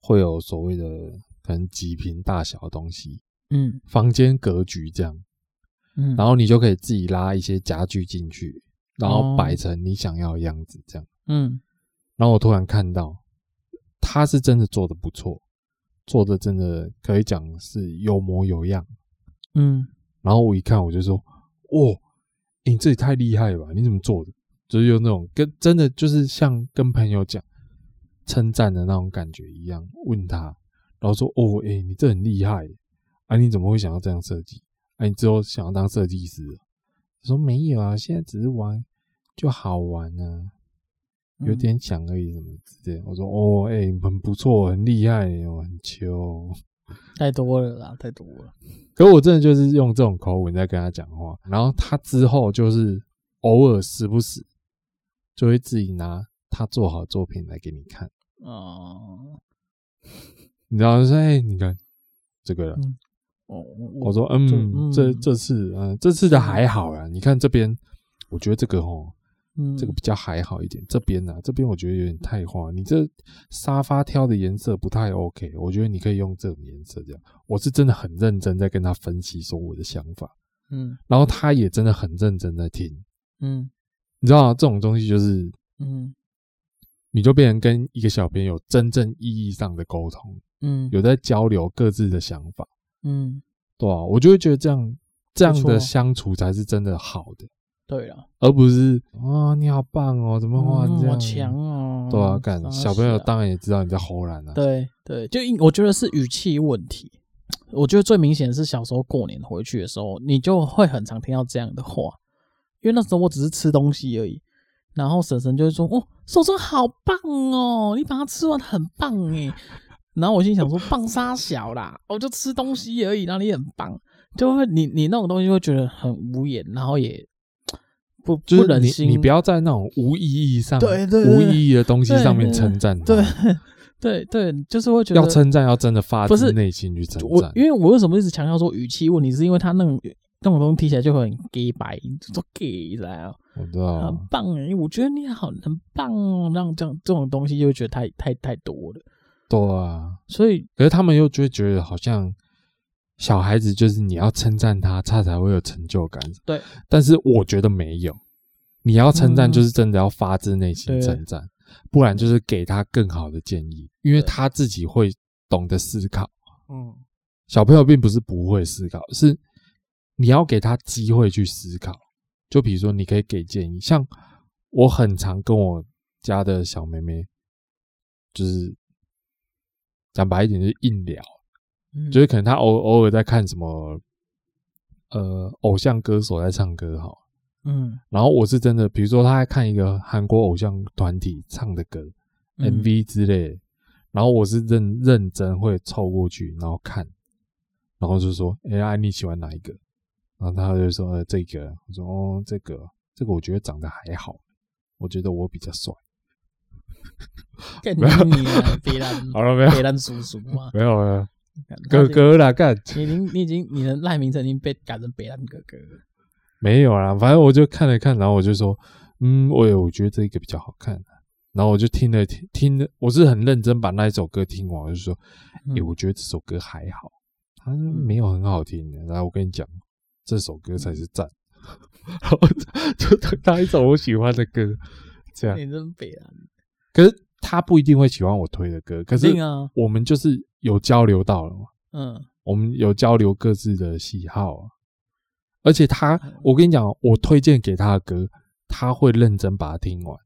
Speaker 1: 会有所谓的可能几平大小的东西，
Speaker 2: 嗯
Speaker 1: 房间格局这样，
Speaker 2: 嗯，
Speaker 1: 然后你就可以自己拉一些家具进去，然后
Speaker 2: 哦
Speaker 1: 摆成你想要的样子这样。
Speaker 2: 嗯
Speaker 1: 然后我突然看到，他是真的做的不错，做的真的可以讲是有模有样。
Speaker 2: 嗯
Speaker 1: 然后我一看，我就说：“哦，诶你这也太厉害了吧！你怎么做的？”就是有那种跟真的就是像跟朋友讲称赞的那种感觉一样，问他，然后说：“哦，诶，你这很厉害耶，啊，你怎么会想要这样设计？啊，你之后想要当设计师啊？”他说：“没有啊，现在只是玩就好玩啊。”有
Speaker 2: 嗯
Speaker 1: 点想而已，什么之类的。我说哦，哎、很不错，很厉害，我很秋。
Speaker 2: 太多了啦，太多了。
Speaker 1: 可我真的就是用这种口吻在跟他讲话，然后他之后就是偶尔时不时就会自己拿他做好的作品来给你看，
Speaker 2: 哦
Speaker 1: 你知道就说哎、你看这个了。
Speaker 2: 嗯哦，我
Speaker 1: 我说
Speaker 2: 这
Speaker 1: 嗯，这
Speaker 2: 嗯
Speaker 1: 这次嗯这次的还好啊啦，你看这边，我觉得这个哦，
Speaker 2: 嗯
Speaker 1: 这个比较还好一点。这边呢、啊，这边我觉得有点太花，你这沙发挑的颜色不太 OK，我觉得你可以用这种颜色这样。我是真的很认真在跟他分析说我的想法，
Speaker 2: 嗯
Speaker 1: 然后他也真的很认真在听。
Speaker 2: 嗯
Speaker 1: 你知道、吗？这种东西就是
Speaker 2: 嗯
Speaker 1: 你就变成跟一个小朋友真正意义上的沟通，
Speaker 2: 嗯
Speaker 1: 有在交流各自的想法，
Speaker 2: 嗯，
Speaker 1: 对吧、我就会觉得这样这样
Speaker 2: 不
Speaker 1: 的
Speaker 2: 错
Speaker 1: 相处才是真的好的，
Speaker 2: 对了，
Speaker 1: 而不是啊你好棒哦，怎么哇、你这
Speaker 2: 我
Speaker 1: 样
Speaker 2: 强哦，
Speaker 1: 对啊，干
Speaker 2: 啥
Speaker 1: 小朋友
Speaker 2: 小
Speaker 1: 当然也知道你在吼懒啊，
Speaker 2: 对对，就因我觉得是语气问题。我觉得最明显的是小时候过年回去的时候，你就会很常听到这样的话，因为那时候我只是吃东西而已。然后婶婶就会说：“哦，手中好棒哦，你把它吃完很棒诶。”然后我心想说：“棒杀小啦，我就吃东西而已，哪里很棒？”就会你你那种东西会觉得很无言，然后也不
Speaker 1: 就
Speaker 2: 不
Speaker 1: 是
Speaker 2: 忍
Speaker 1: 你
Speaker 2: 心。
Speaker 1: 你不要在那种无意义上
Speaker 2: 对对
Speaker 1: 无
Speaker 2: 对
Speaker 1: 意义的东西
Speaker 2: 对
Speaker 1: 上面
Speaker 2: 对
Speaker 1: 称 赞他，
Speaker 2: 对对对，就是会觉得
Speaker 1: 要称赞要真的发
Speaker 2: 不
Speaker 1: 自
Speaker 2: 是
Speaker 1: 内心去称
Speaker 2: 我
Speaker 1: 赞，
Speaker 2: 因为我为什么一直强调说语气问题，是因为他那种那种东西听起来就很 gay 白，就说 gay 啦，
Speaker 1: 我知道
Speaker 2: 很棒哎、我觉得你好很棒哦，那种这样这种东西就会觉得太太太多了，
Speaker 1: 对啊。
Speaker 2: 所以
Speaker 1: 可是他们又就会觉得好像小孩子就是你要称赞他，他才会有成就感。
Speaker 2: 对，
Speaker 1: 但是我觉得没有，你要称赞
Speaker 2: 嗯
Speaker 1: 就是真的要发自内心
Speaker 2: 对
Speaker 1: 称赞，不然就是给他更好的建议，因为
Speaker 2: 对
Speaker 1: 他自己会懂得思考。
Speaker 2: 嗯，
Speaker 1: 小朋友并不是不会思考，是你要给他机会去思考。就比如说，你可以给建议，像我很常跟我家的小妹妹，就是讲白一点，就是硬聊，
Speaker 2: 嗯
Speaker 1: 就是可能她偶偶尔在看什么，呃，偶像歌手在唱歌哈，
Speaker 2: 嗯
Speaker 1: 然后我是真的，比如说她在看一个韩国偶像团体唱的歌、
Speaker 2: 嗯
Speaker 1: MV 之类的，然后我是认认真会凑过去，然后看，然后就说：“哎、啊你喜欢哪一个？”然后他就说：“呃，这个。”我说：“哦，这个，这个我觉得长得还好，我觉得我比较帅。
Speaker 2: 干
Speaker 1: 没有
Speaker 2: 你啊，别烂”，
Speaker 1: 好了，没有，
Speaker 2: 别烂叔叔 嘛，
Speaker 1: 没有了，
Speaker 2: 干
Speaker 1: 哥，哥啦，干
Speaker 2: 他已经你已经你已经你的赖明成已经被改成别烂哥哥了，
Speaker 1: 没有啊啦，反正我就看了看，然后我就说：“嗯，我有，我觉得这个比较好看。”啊然后我就听了听听了，我是很认真把那一首歌听完，我就说：“诶、
Speaker 2: 嗯
Speaker 1: 我觉得这首歌还好，它没有很好听的。然后我跟你讲，这首歌才是赞。然后就就推他一首我喜欢的歌，这样。
Speaker 2: 你真别烂，
Speaker 1: 可是他不一定会喜欢我推的歌，可
Speaker 2: 肯
Speaker 1: 是
Speaker 2: 定啊，
Speaker 1: 我们就是有交流到了嘛，
Speaker 2: 嗯
Speaker 1: 我们有交流各自的喜好啊。而且他，
Speaker 2: 嗯
Speaker 1: 我跟你讲，哦我推荐给他的歌，他会认真把它听完，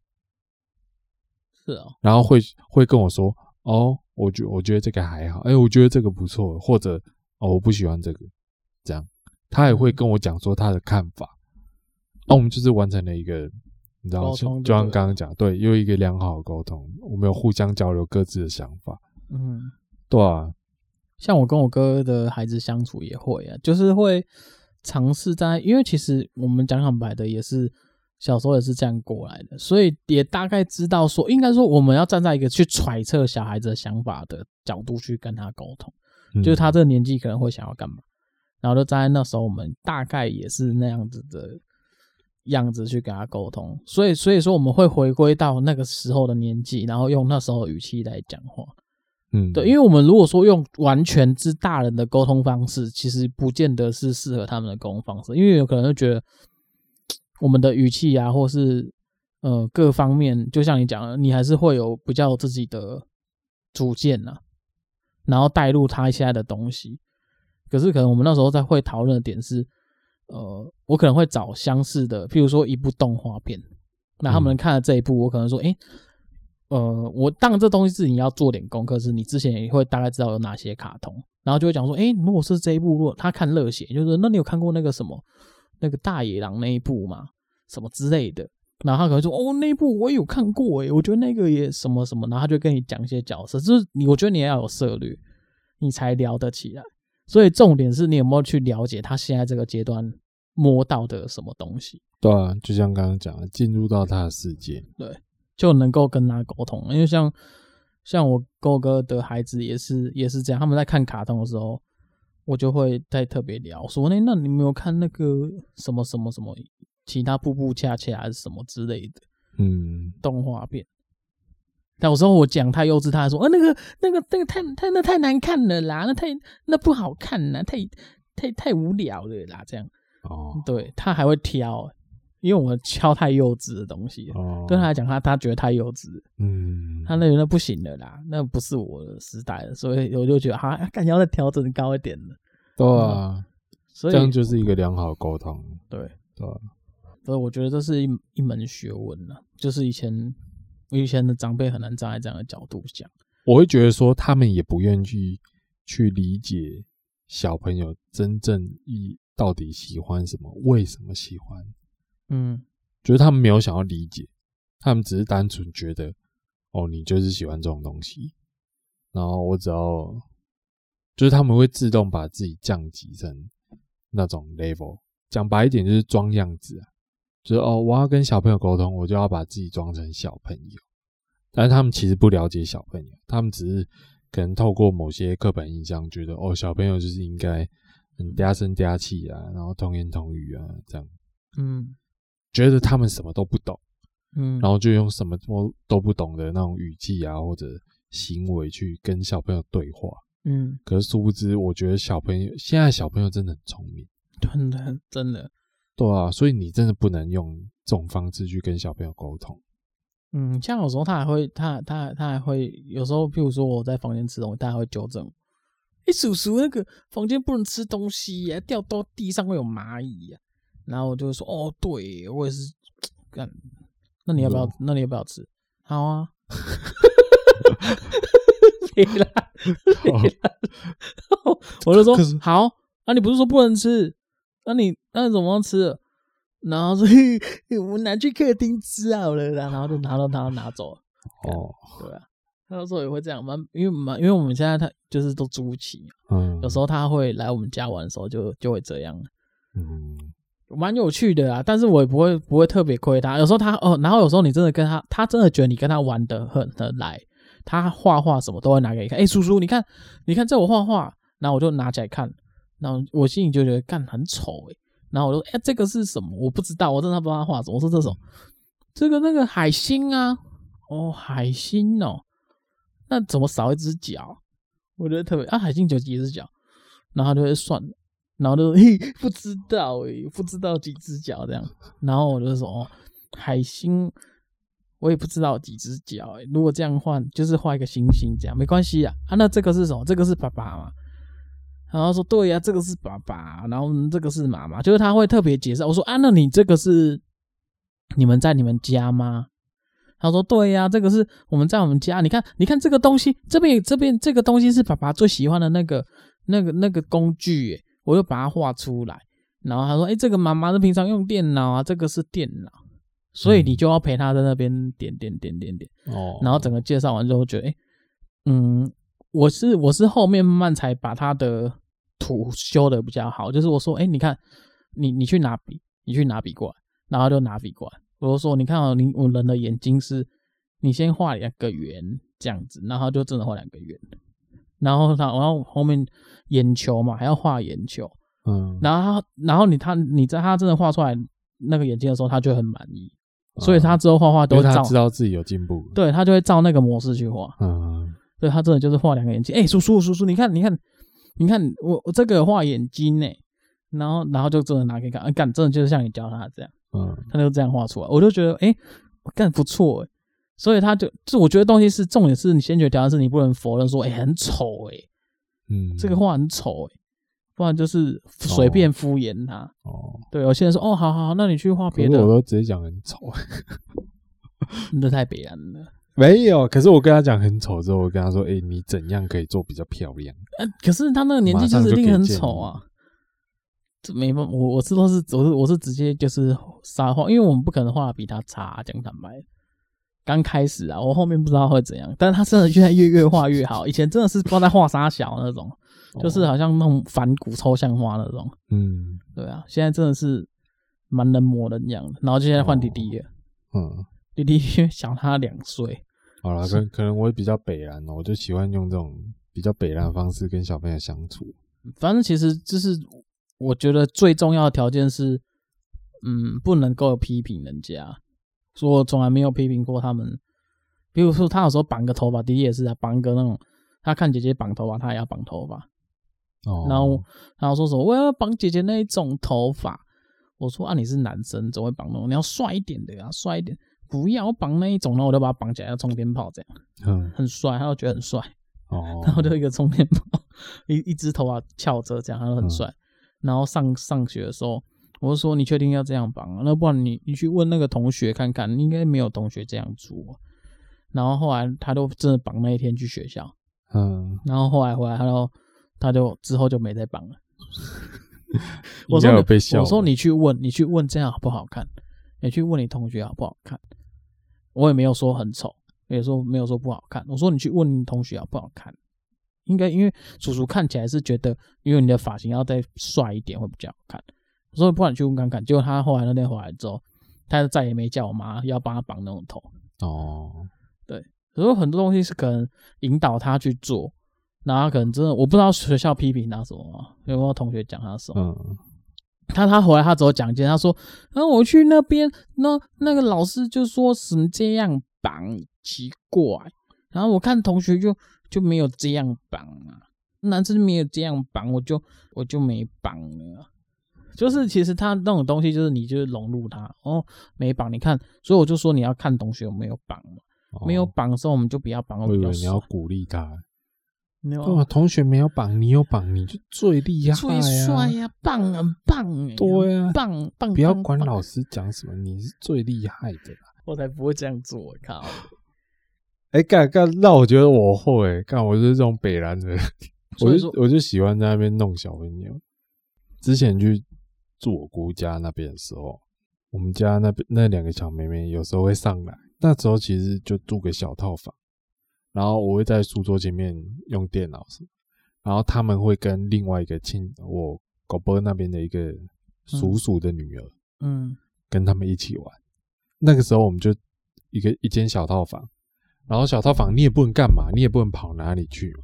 Speaker 2: 是哦，
Speaker 1: 然后会会跟我说：“哦，我觉我觉得这个还好，哎，我觉得这个不错，或者哦，我不喜欢这个。”这样，他也
Speaker 2: 嗯
Speaker 1: 会跟我讲说他的看法。那、我们就是完成了一个，你知道，
Speaker 2: 沟
Speaker 1: 就
Speaker 2: 通
Speaker 1: 就像
Speaker 2: 对
Speaker 1: 刚刚讲，对，又一个良好的沟通，我们有互相交流各自的想法，
Speaker 2: 嗯。
Speaker 1: 对啊，
Speaker 2: 像我跟我哥的孩子相处也会啊，就是会尝试在，因为其实我们讲坦白的也是小时候也是这样过来的，所以也大概知道说，应该说我们要站在一个去揣测小孩子的想法的角度去跟他沟通，
Speaker 1: 嗯
Speaker 2: 就是他这个年纪可能会想要干嘛，然后就站在那时候，我们大概也是那样子的样子去跟他沟通，所以所以说我们会回归到那个时候的年纪，然后用那时候的语气来讲话。
Speaker 1: 嗯，
Speaker 2: 对，因为我们如果说用完全之大人的沟通方式，其实不见得是适合他们的沟通方式，因为有可能会觉得我们的语气啊，或是呃各方面，就像你讲的，你还是会有比较有自己的主见呐、然后带入他现在的东西。可是可能我们那时候在会讨论的点是，呃，我可能会找相似的，譬如说一部动画片，那他们看了这一部，我可能说，诶，呃，我当然这东西是你要做点功课，是你之前也会大概知道有哪些卡通，然后就会讲说，诶，如果是这一部，如果他看热血，就是那你有看过那个什么那个大野狼那一部吗？什么之类的。然后他可能说：“哦，那一部我也有看过诶，我觉得那个也什么什么。”然后他就跟你讲一些角色，就是你，我觉得你也要有策略，你才聊得起来。所以重点是你有没有去了解他现在这个阶段摸到的什么东西，
Speaker 1: 对啊，就像刚刚讲的，进入到他的世界，
Speaker 2: 就能够跟他沟通。因为像像我跟我哥的孩子也是也是这样，他们在看卡通的时候，我就会再特别聊说：“哎那那你没有看那个什么什么什么其他步步恰恰还是什么之类的？”
Speaker 1: 嗯，
Speaker 2: 动画片。但有时候我讲太幼稚，他还说：“啊，那个、那个、那个太、太、那太难看了啦，那太、那不好看啦，太、太、太无聊了啦。”这样，
Speaker 1: 哦
Speaker 2: 对他还会挑，因为我挑太幼稚的东西，
Speaker 1: 哦，
Speaker 2: 对他来讲，他他觉得太幼稚，
Speaker 1: 嗯，
Speaker 2: 他那个那不行了啦，那不是我的时代了，所以我就觉得哈，感觉要再调整高一点了。
Speaker 1: 对啊，
Speaker 2: 所以
Speaker 1: 这样就是一个良好的沟通，
Speaker 2: 对
Speaker 1: 对啊
Speaker 2: 所以我觉得这是一一门学问了，就是以前我以前的长辈很难站在这样的角度讲。
Speaker 1: 我会觉得说他们也不愿意去理解小朋友真正意到底喜欢什么，为什么喜欢，
Speaker 2: 嗯
Speaker 1: 觉得他们没有想要理解，他们只是单纯觉得，哦，你就是喜欢这种东西，然后我只要，就是他们会自动把自己降级成那种 level。讲白一点，就是装样子啊，就是哦，我要跟小朋友沟通，我就要把自己装成小朋友，但是他们其实不了解小朋友，他们只是可能透过某些刻板印象，觉得哦，小朋友就是应该很嗲声嗲气啊，然后童言童语啊，这样
Speaker 2: 嗯
Speaker 1: 觉得他们什么都不懂。
Speaker 2: 嗯，
Speaker 1: 然后就用什么都都不懂的那种语气啊，或者行为去跟小朋友对话。
Speaker 2: 嗯，
Speaker 1: 可是殊不知，我觉得小朋友现在小朋友真的很聪明，
Speaker 2: 真的真的，
Speaker 1: 对啊，所以你真的不能用这种方式去跟小朋友沟通。
Speaker 2: 嗯，像有时候他还会，他他他还会，有时候譬如说我在房间吃东西，他还会纠正我。哎、叔叔，那个房间不能吃东西呀、掉到地上会有蚂蚁呀、然后我就会说，哦，对，我也是，干，那你要不要？那你要不要吃？好啊。 没啦，没啦。 我就说
Speaker 1: 可是
Speaker 2: 好，啊，你不是说不能吃？那、你那你怎么样吃了？然后说我拿去客厅吃好了啦，然后就拿到他拿走了。
Speaker 1: 哦，
Speaker 2: 对啊，他有时候也会这样，蛮因为蛮因为我们现在他就是都租不起，
Speaker 1: 嗯，
Speaker 2: 有时候他会来我们家玩的时候就就会这样，
Speaker 1: 嗯，
Speaker 2: 蛮有趣的啊。但是我也不会不会特别亏他，有时候他哦，然后有时候你真的跟他，他真的觉得你跟他玩的很很来，他画画什么都会拿给你看，哎、叔叔你看你看这我画画，然后我就拿起来看，然后我心里就觉得干很丑哎、然后我就哎、这个是什么？我不知道，我真的不知道他画什么，我说这种这个那个海星啊，哦海星哦，那怎么少一只脚？我觉得特别啊，海星有几只脚？然后他就会算，然后就说嘿不知道诶、不知道几只脚这样。然后我就说哦，海星我也不知道几只脚诶、如果这样换，就是画一个星星这样，没关系啊。啊，那这个是什么？这个是爸爸嘛？然后说对啊呀、这个是爸爸，然后嗯这个是妈妈，就是他会特别介绍。我说啊，那你这个是你们在你们家吗？他说对呀、这个是我们在我们家。你看，你看这个东西，这边这边这个东西是爸爸最喜欢的那个那个那个工具耶，我就把它画出来。然后他说，哎，这个妈妈是平常用电脑啊，这个是电脑，所以
Speaker 1: 嗯
Speaker 2: 你就要陪他在那边点点点点点。
Speaker 1: 哦，
Speaker 2: 然后整个介绍完之后，觉得，哎、嗯，我是我是后面慢慢才把他的图修的比较好，就是我说，哎、你看，你你去拿笔，你去拿笔过来，然后他就拿笔过来，我就说，你看哦，你我人的眼睛是，你先画两个圆这样子，然后他就真的画两个圆，然后他然后后面眼球嘛，还要画眼球，
Speaker 1: 嗯，
Speaker 2: 然后他，然后你他你在他真的画出来那个眼睛的时候，他就很满意，所以他之后画画
Speaker 1: 嗯因
Speaker 2: 都
Speaker 1: 为
Speaker 2: 会
Speaker 1: 他
Speaker 2: 照
Speaker 1: 知。道自己有进步，
Speaker 2: 对他就会照那个模式去画，
Speaker 1: 嗯，
Speaker 2: 对他真的就是画两个眼睛。哎、叔叔叔叔，你看你看你看，我我这个画眼睛呢、然后然后就真的拿给看，啊干、真的就是像你教他的这样，
Speaker 1: 嗯
Speaker 2: 他就这样画出来，我就觉得哎，我干、不错哎、所以他就就我觉得东西是重点是你先决条件是你不能否认说哎、很丑哎、
Speaker 1: 嗯，
Speaker 2: 这个画很丑哎、不然就是随便敷衍他。
Speaker 1: 哦，
Speaker 2: 对，有些人说哦好好好，那你去画
Speaker 1: 可
Speaker 2: 别
Speaker 1: 是
Speaker 2: 的
Speaker 1: 我，都直接讲很丑，
Speaker 2: 那太北然了。
Speaker 1: 没有，可是我跟他讲很丑之后，我跟他说，哎，你怎样可以做比较漂亮？
Speaker 2: 呃，可是他那个年纪就是一定很丑啊，这没办法，我我是都是我是我是直接就是撒谎，因为我们不可能画的比他差、啊讲坦白，刚开始啊，我后面不知道会怎样，但是他真的越来越越画越好，以前真的是不知道在画啥小那种，就是
Speaker 1: 哦
Speaker 2: 好像那种反骨抽象画那种，
Speaker 1: 嗯
Speaker 2: 对啊，现在真的是蛮人模人样的，然后就现在换弟弟了，
Speaker 1: 嗯，
Speaker 2: 弟弟 因为小他两岁，
Speaker 1: 好了，可可能我比较北蓝哦，我就喜欢用这种比较北蓝的方式跟小朋友相处，
Speaker 2: 反正其实就是我觉得最重要的条件是，嗯，不能够批评人家。所以我从来没有批评过他们。比如说，他有时候绑个头发，弟弟也是啊，绑个那种，他看姐姐绑头发，他也要绑头发。
Speaker 1: 哦，
Speaker 2: 然后，然后说什么我要绑姐姐那一种头发。我说啊，你是男生，怎么会绑那种？你要帅一点的啊，帅一点，不要绑那一种。然后我就把他绑起来，要冲天炮这样，
Speaker 1: 嗯
Speaker 2: 很帅，他就觉得很帅。
Speaker 1: 哦，
Speaker 2: 然后就一个充电宝，一一只头发翘着，这样他就很帅。然后上上学的时候，我就说你确定要这样绑啊？那不然你你去问那个同学看看，应该没有同学这样做啊。然后后来他都真的绑那一天去学校，
Speaker 1: 嗯，
Speaker 2: 然后后来回来他就他就之后就没再绑了。
Speaker 1: 应
Speaker 2: 我说
Speaker 1: 该
Speaker 2: 你
Speaker 1: 有被笑吧，
Speaker 2: 我说你去问，你去问这样好不好看？你去问你同学好不好看？我也没有说很丑，也说没有说不好看。我说你去问你同学好不好看？应该因为叔叔看起来是觉得，因为你的发型要再帅一点会比较好看。我说不然你去问看看。结果他后来那天回来之后，他就再也没叫我妈要帮他绑那种头。
Speaker 1: 哦，
Speaker 2: 有时候很多东西是可能引导他去做，然后他可能真的我不知道学校批评他什么啊，有没有同学讲他什么？
Speaker 1: 嗯
Speaker 2: 他他回来他只有讲一件，他说：“然、后我去那边，那那个老师就说什么这样绑奇怪，然后我看同学就就没有这样绑啊，男生没有这样绑，我就我就没绑了啊。就是其实它那种东西，就是你就是融入它，哦，没绑，你看，所以我就说你要看同学有没有绑嘛，没有
Speaker 1: 哦，
Speaker 2: 绑的时候我们就不要绑，
Speaker 1: 我
Speaker 2: 会
Speaker 1: 以
Speaker 2: 比
Speaker 1: 为
Speaker 2: 较
Speaker 1: 你要
Speaker 2: 爽。
Speaker 1: 鼓励他。
Speaker 2: 没有
Speaker 1: 对啊，
Speaker 2: 啊
Speaker 1: 同学没有绑，你有绑，你就最厉害、啊，
Speaker 2: 最帅呀，棒很棒哎，
Speaker 1: 对啊
Speaker 2: 很棒棒，
Speaker 1: 不要
Speaker 2: 棒
Speaker 1: 管，
Speaker 2: 棒
Speaker 1: 老师讲什么，你是最厉害的啦。
Speaker 2: 我才不会这样做，靠！
Speaker 1: 哎、干干，那我觉得我会、干我就是这种北兰人，
Speaker 2: 所
Speaker 1: 我
Speaker 2: 以
Speaker 1: 就
Speaker 2: 说
Speaker 1: 我就喜欢在那边弄小朋友。之前去住我姑家那边的时候，我们家那边那两个小妹妹有时候会上来，那时候其实就住个小套房，然后我会在书桌前面用电脑什么，然后他们会跟另外一个亲我狗波那边的一个叔叔的女儿，
Speaker 2: 嗯，
Speaker 1: 跟他们一起玩。那个时候我们就一个一间小套房，然后小套房你也不能干嘛，你也不能跑哪里去嘛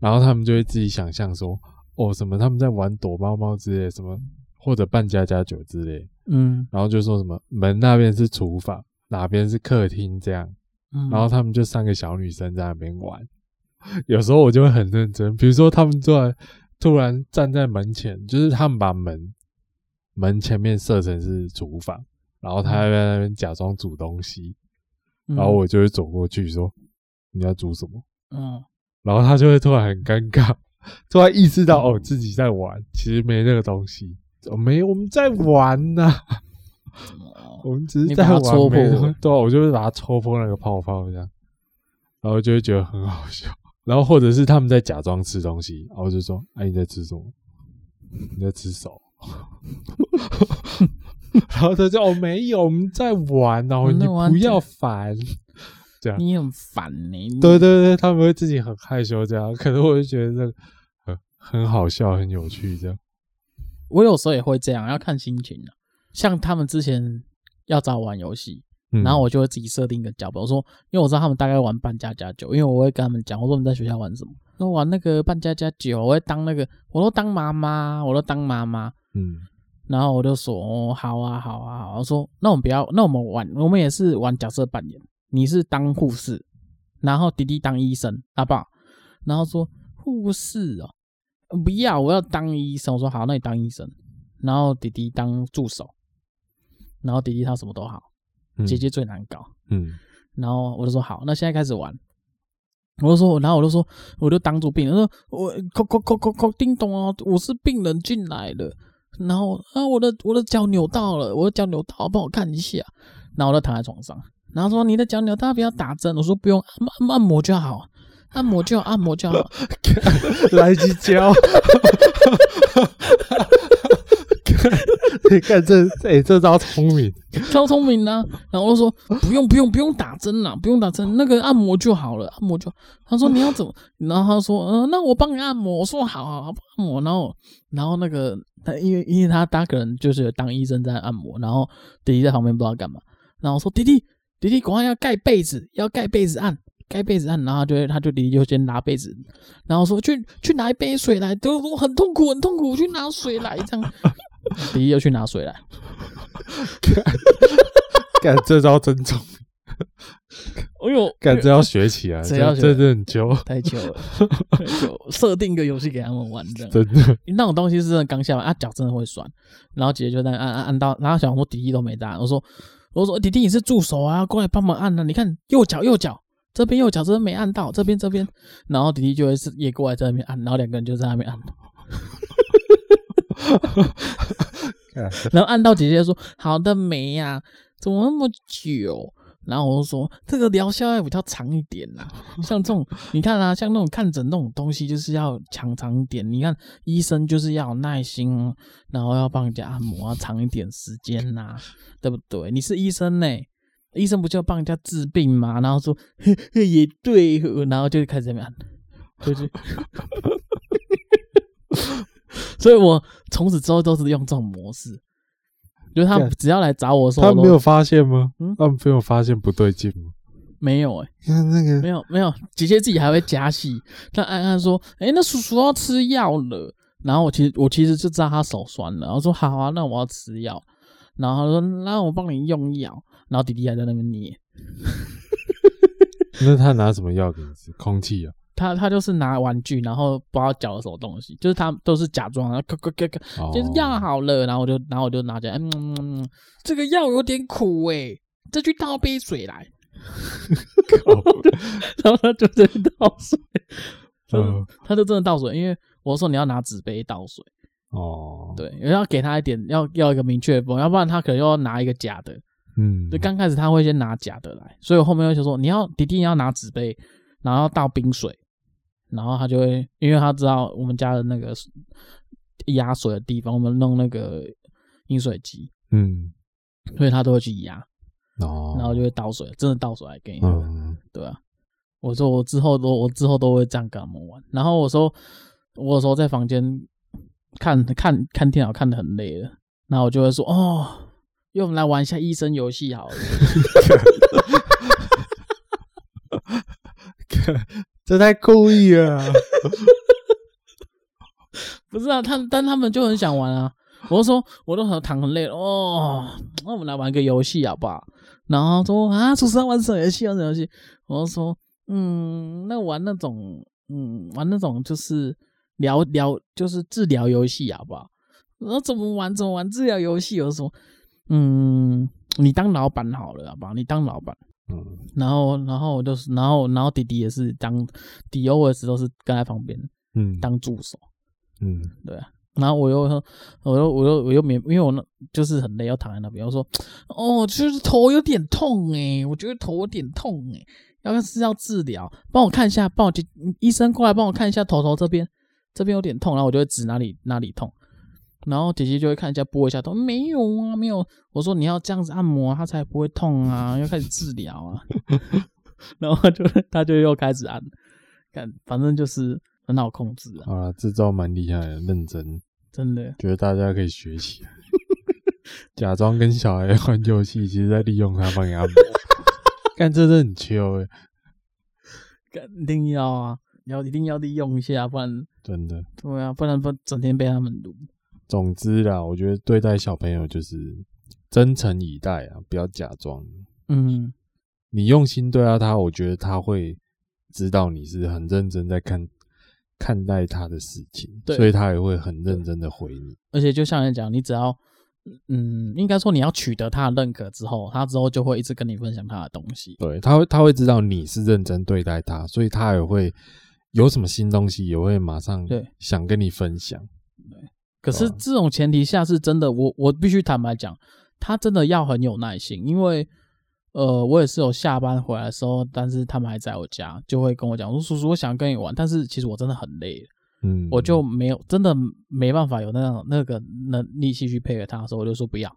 Speaker 1: 然后他们就会自己想象说，哦什么他们在玩躲猫猫之类，什么或者扮家家酒之类，
Speaker 2: 嗯
Speaker 1: 然后就说什么门那边是厨房，哪边是客厅这样，
Speaker 2: 嗯，
Speaker 1: 然后他们就三个小女生在那边玩。 有时候我就会很认真，比如说他们突然突然站在门前，就是他们把门门前面设成是厨房，然后他在那边假装煮东西，
Speaker 2: 嗯，
Speaker 1: 然后我就会走过去说你要煮什么，
Speaker 2: 嗯
Speaker 1: 然后他就会突然很尴尬， 突然意识到
Speaker 2: 嗯
Speaker 1: 哦自己在玩，其实没那个东西，哦、没我们在玩呐、
Speaker 2: 怎么 了
Speaker 1: 我们只是
Speaker 2: 哦你
Speaker 1: 在
Speaker 2: 把它
Speaker 1: 玩
Speaker 2: 戳
Speaker 1: 没
Speaker 2: 破
Speaker 1: 错对啊，我就会把它戳破那个泡泡这样，然后就会觉得很好笑。 然后或者是他们在假装吃东西，然后我就说：“哎、你在吃什么？你在吃手？” 然后他就哦没有，我们在玩哦，
Speaker 2: 我们
Speaker 1: 你
Speaker 2: 在玩
Speaker 1: 不要烦。
Speaker 2: 你很烦呢、你
Speaker 1: 对对对，他们会自己很害羞这样，可是我就觉得这个很很好笑，很有趣这样。
Speaker 2: 我有时候也会这样，要看心情啊。像他们之前要找我玩游戏，
Speaker 1: 嗯
Speaker 2: 然后我就会自己设定一个脚本，我说，因为我知道他们大概玩扮家家酒，因为我会跟他们讲，我说我们在学校玩什么，那玩那个扮家家酒，我会当那个，我都当妈妈，我都当妈妈。
Speaker 1: 嗯
Speaker 2: 然后我就说，哦，好啊，好啊，好啊。我说，那我们不要，那我们玩，我们也是玩角色扮演，你是当护士，然后弟弟当医生，好不好？然后说护士哦，不要，我要当医生。我说好，那你当医生，然后弟弟当助手，然后弟弟他什么都好，
Speaker 1: 嗯
Speaker 2: 姐姐最难搞。
Speaker 1: 嗯
Speaker 2: 然后我就说好，那现在开始玩。我就说，然后我就说，我就当住病人，我说我扣扣扣扣扣，叮咚哦，我是病人进来了。然后啊，我的我的脚扭到了，我的脚扭到，帮我看一下。然后我就躺在床上，然后说你的脚扭到，不要打针。我说不用，按按按摩就好，按摩就好，按摩就好。
Speaker 1: 来几跤。你 看这哎、这招聪明，
Speaker 2: 超聪明啦、然后我就说不用不用不用打针啦，不用打针，那个按摩就好了，按摩就好。他说你要怎么？然后他说嗯、呃那我帮你按摩。我说好好好，帮按摩。然后然后那个他因为因为他他可能就是当医生在按摩，然后弟弟在旁边不知道干嘛。然后我说弟弟弟弟，赶快要盖被子，要盖被子按。盖被子按，然后他就会他就弟弟就先拿被子，然后说去去拿一杯水来，都我很痛苦很痛苦，去拿水来这样，弟弟又去拿水来，
Speaker 1: 干这招真聪明，
Speaker 2: 哎呦，
Speaker 1: 干这要学起来，
Speaker 2: 这要学
Speaker 1: 这这很教，
Speaker 2: 太糗了，太糗了设定一个游戏给他们玩这样，
Speaker 1: 真的。
Speaker 2: 那种东西是真的刚下完啊，脚真的会酸，然后姐姐就在那按啊按按到，然后小红弟弟都没打，我说我说弟弟你是助手啊，过来帮忙按啊，你看右脚右脚这边右脚这边没按到，这边这边，然后弟弟就会是也过来在那边按，然后两个人就在那边按， 然后按到姐姐说好的没啊呀、怎么那么久？然后我就说这个疗效要比较长一点 啦、像这种你看啊，像那种看诊那种东西就是要强长一点。你看医生就是要有耐心哦，然后要帮人家按摩啊，长一点时间呐、对不对？你是医生呢、医生不就要帮人家治病吗？然后说 呵呵也对哦，然后就开始在那边按， 就是。 所以我从此之后都是用这种模式，就是他们只要来找我的时候，
Speaker 1: 啊他
Speaker 2: 我都
Speaker 1: 没有发现吗？
Speaker 2: 嗯
Speaker 1: 他们没有发现不对劲吗？
Speaker 2: 没有哎、
Speaker 1: 看那个
Speaker 2: 没有没有，姐姐自己还会加戏。那安安说：“哎、那叔叔要吃药了。”然后我其实我其实就知道他手酸了，然后说：“好啊，那我要吃药。”然后他说：“那我帮你用药。”然后弟弟还在那边捏，
Speaker 1: 那他拿什么药给你吃？空气啊？
Speaker 2: 他他就是拿玩具，然后不知道嚼了什么东西，就是他都是假装，然后咯咯咯咯，
Speaker 1: 哦
Speaker 2: 就是药啊好了，然后我就然后我就拿起来，嗯，嗯嗯嗯这个药有点苦诶、再去倒杯水来， 然后他就真的倒水，
Speaker 1: 嗯
Speaker 2: 他就真的倒水，因为我说你要拿纸杯倒水，
Speaker 1: 哦，
Speaker 2: 对，因为要给他一点，要要一个明确的分，要不然他可能又要拿一个假的，
Speaker 1: 嗯，
Speaker 2: 就刚开始他会先拿假的来，所以我后面会就说你要弟弟你要拿纸杯，然后倒冰水，然后他就会，因为他知道我们家的那个压水的地方，我们弄那个饮水机，
Speaker 1: 嗯，
Speaker 2: 所以他都会去压，
Speaker 1: 哦，
Speaker 2: 然后就会倒水，真的倒水来给你喝，
Speaker 1: 嗯
Speaker 2: 对啊，我说我之后都我之后都会这样跟他们玩，然后我说我有时候在房间看看看电脑看的很累了，然后我就会说哦，要我们来玩一下医生游戏好了。
Speaker 1: 这太故意了 啊，
Speaker 2: 不是啊，他但他们就很想玩啊。我就说我都很躺很累了哦，那我们来玩个游戏好不好？然后他说啊，主持人玩什么游戏？玩什么游戏？我就说嗯，那玩那种嗯玩那种就是聊聊就是治疗游戏好不好？我说怎么玩怎么玩治疗游戏？有什么？嗯，你当老板好了，好不好？你当老板。
Speaker 1: 嗯
Speaker 2: 然后，然后我就是，然后，然后弟弟也是当，DOS 都是跟在旁边
Speaker 1: 嗯
Speaker 2: 当助手。
Speaker 1: 嗯
Speaker 2: 然后我又说，我又我又我又没，因为我那就是很累，要躺在那边。我说，哦，就是头有点痛诶、我觉得头有点痛诶、要是要治疗，帮我看一下，帮我去嗯医生过来帮我看一下头头这边，这边有点痛，然后我就会指哪里哪里痛，然后姐姐就会看一下拨一下头，没有啊，没有。我说你要这样子按摩啊，它才不会痛啊，要开始治疗啊。 然后她就他就又开始按，看反正就是很好控制啊，
Speaker 1: 好了，这招蛮厉害的，认真，
Speaker 2: 真的。
Speaker 1: 觉得大家可以学 起来。假装跟小孩玩游戏，其实在利用他帮你按摩。 干这真的很秋哎，
Speaker 2: 干一定要啊，要一定要利用一下，不然
Speaker 1: 真的。
Speaker 2: 对啊，不然不整天被他们撸。
Speaker 1: 总之啦，我觉得对待小朋友就是真诚以待啊，不要假装。
Speaker 2: 嗯，
Speaker 1: 你用心对待他，我觉得他会知道你是很认真在看看待他的事情，
Speaker 2: 对
Speaker 1: 所以他也会很认真的回你。
Speaker 2: 而且就像你讲，你只要嗯，应该说你要取得他的认可之后，他之后就会一直跟你分享他的东西。
Speaker 1: 对，啊他会他会知道你是认真对待他，所以他也会有什么新东西，也会马上
Speaker 2: 对
Speaker 1: 想跟你分享。
Speaker 2: 可是
Speaker 1: 对啊
Speaker 2: 这种前提下是真的，我我必须坦白讲，他真的要很有耐心，因为呃，我也是有下班回来的时候，但是他们还在我家，就会跟我讲说：“叔叔，我想跟你玩，但是其实我真的很累了。”
Speaker 1: 嗯，
Speaker 2: 我就没有真的没办法有那种那个能力气去配合他的时候，我就说不要，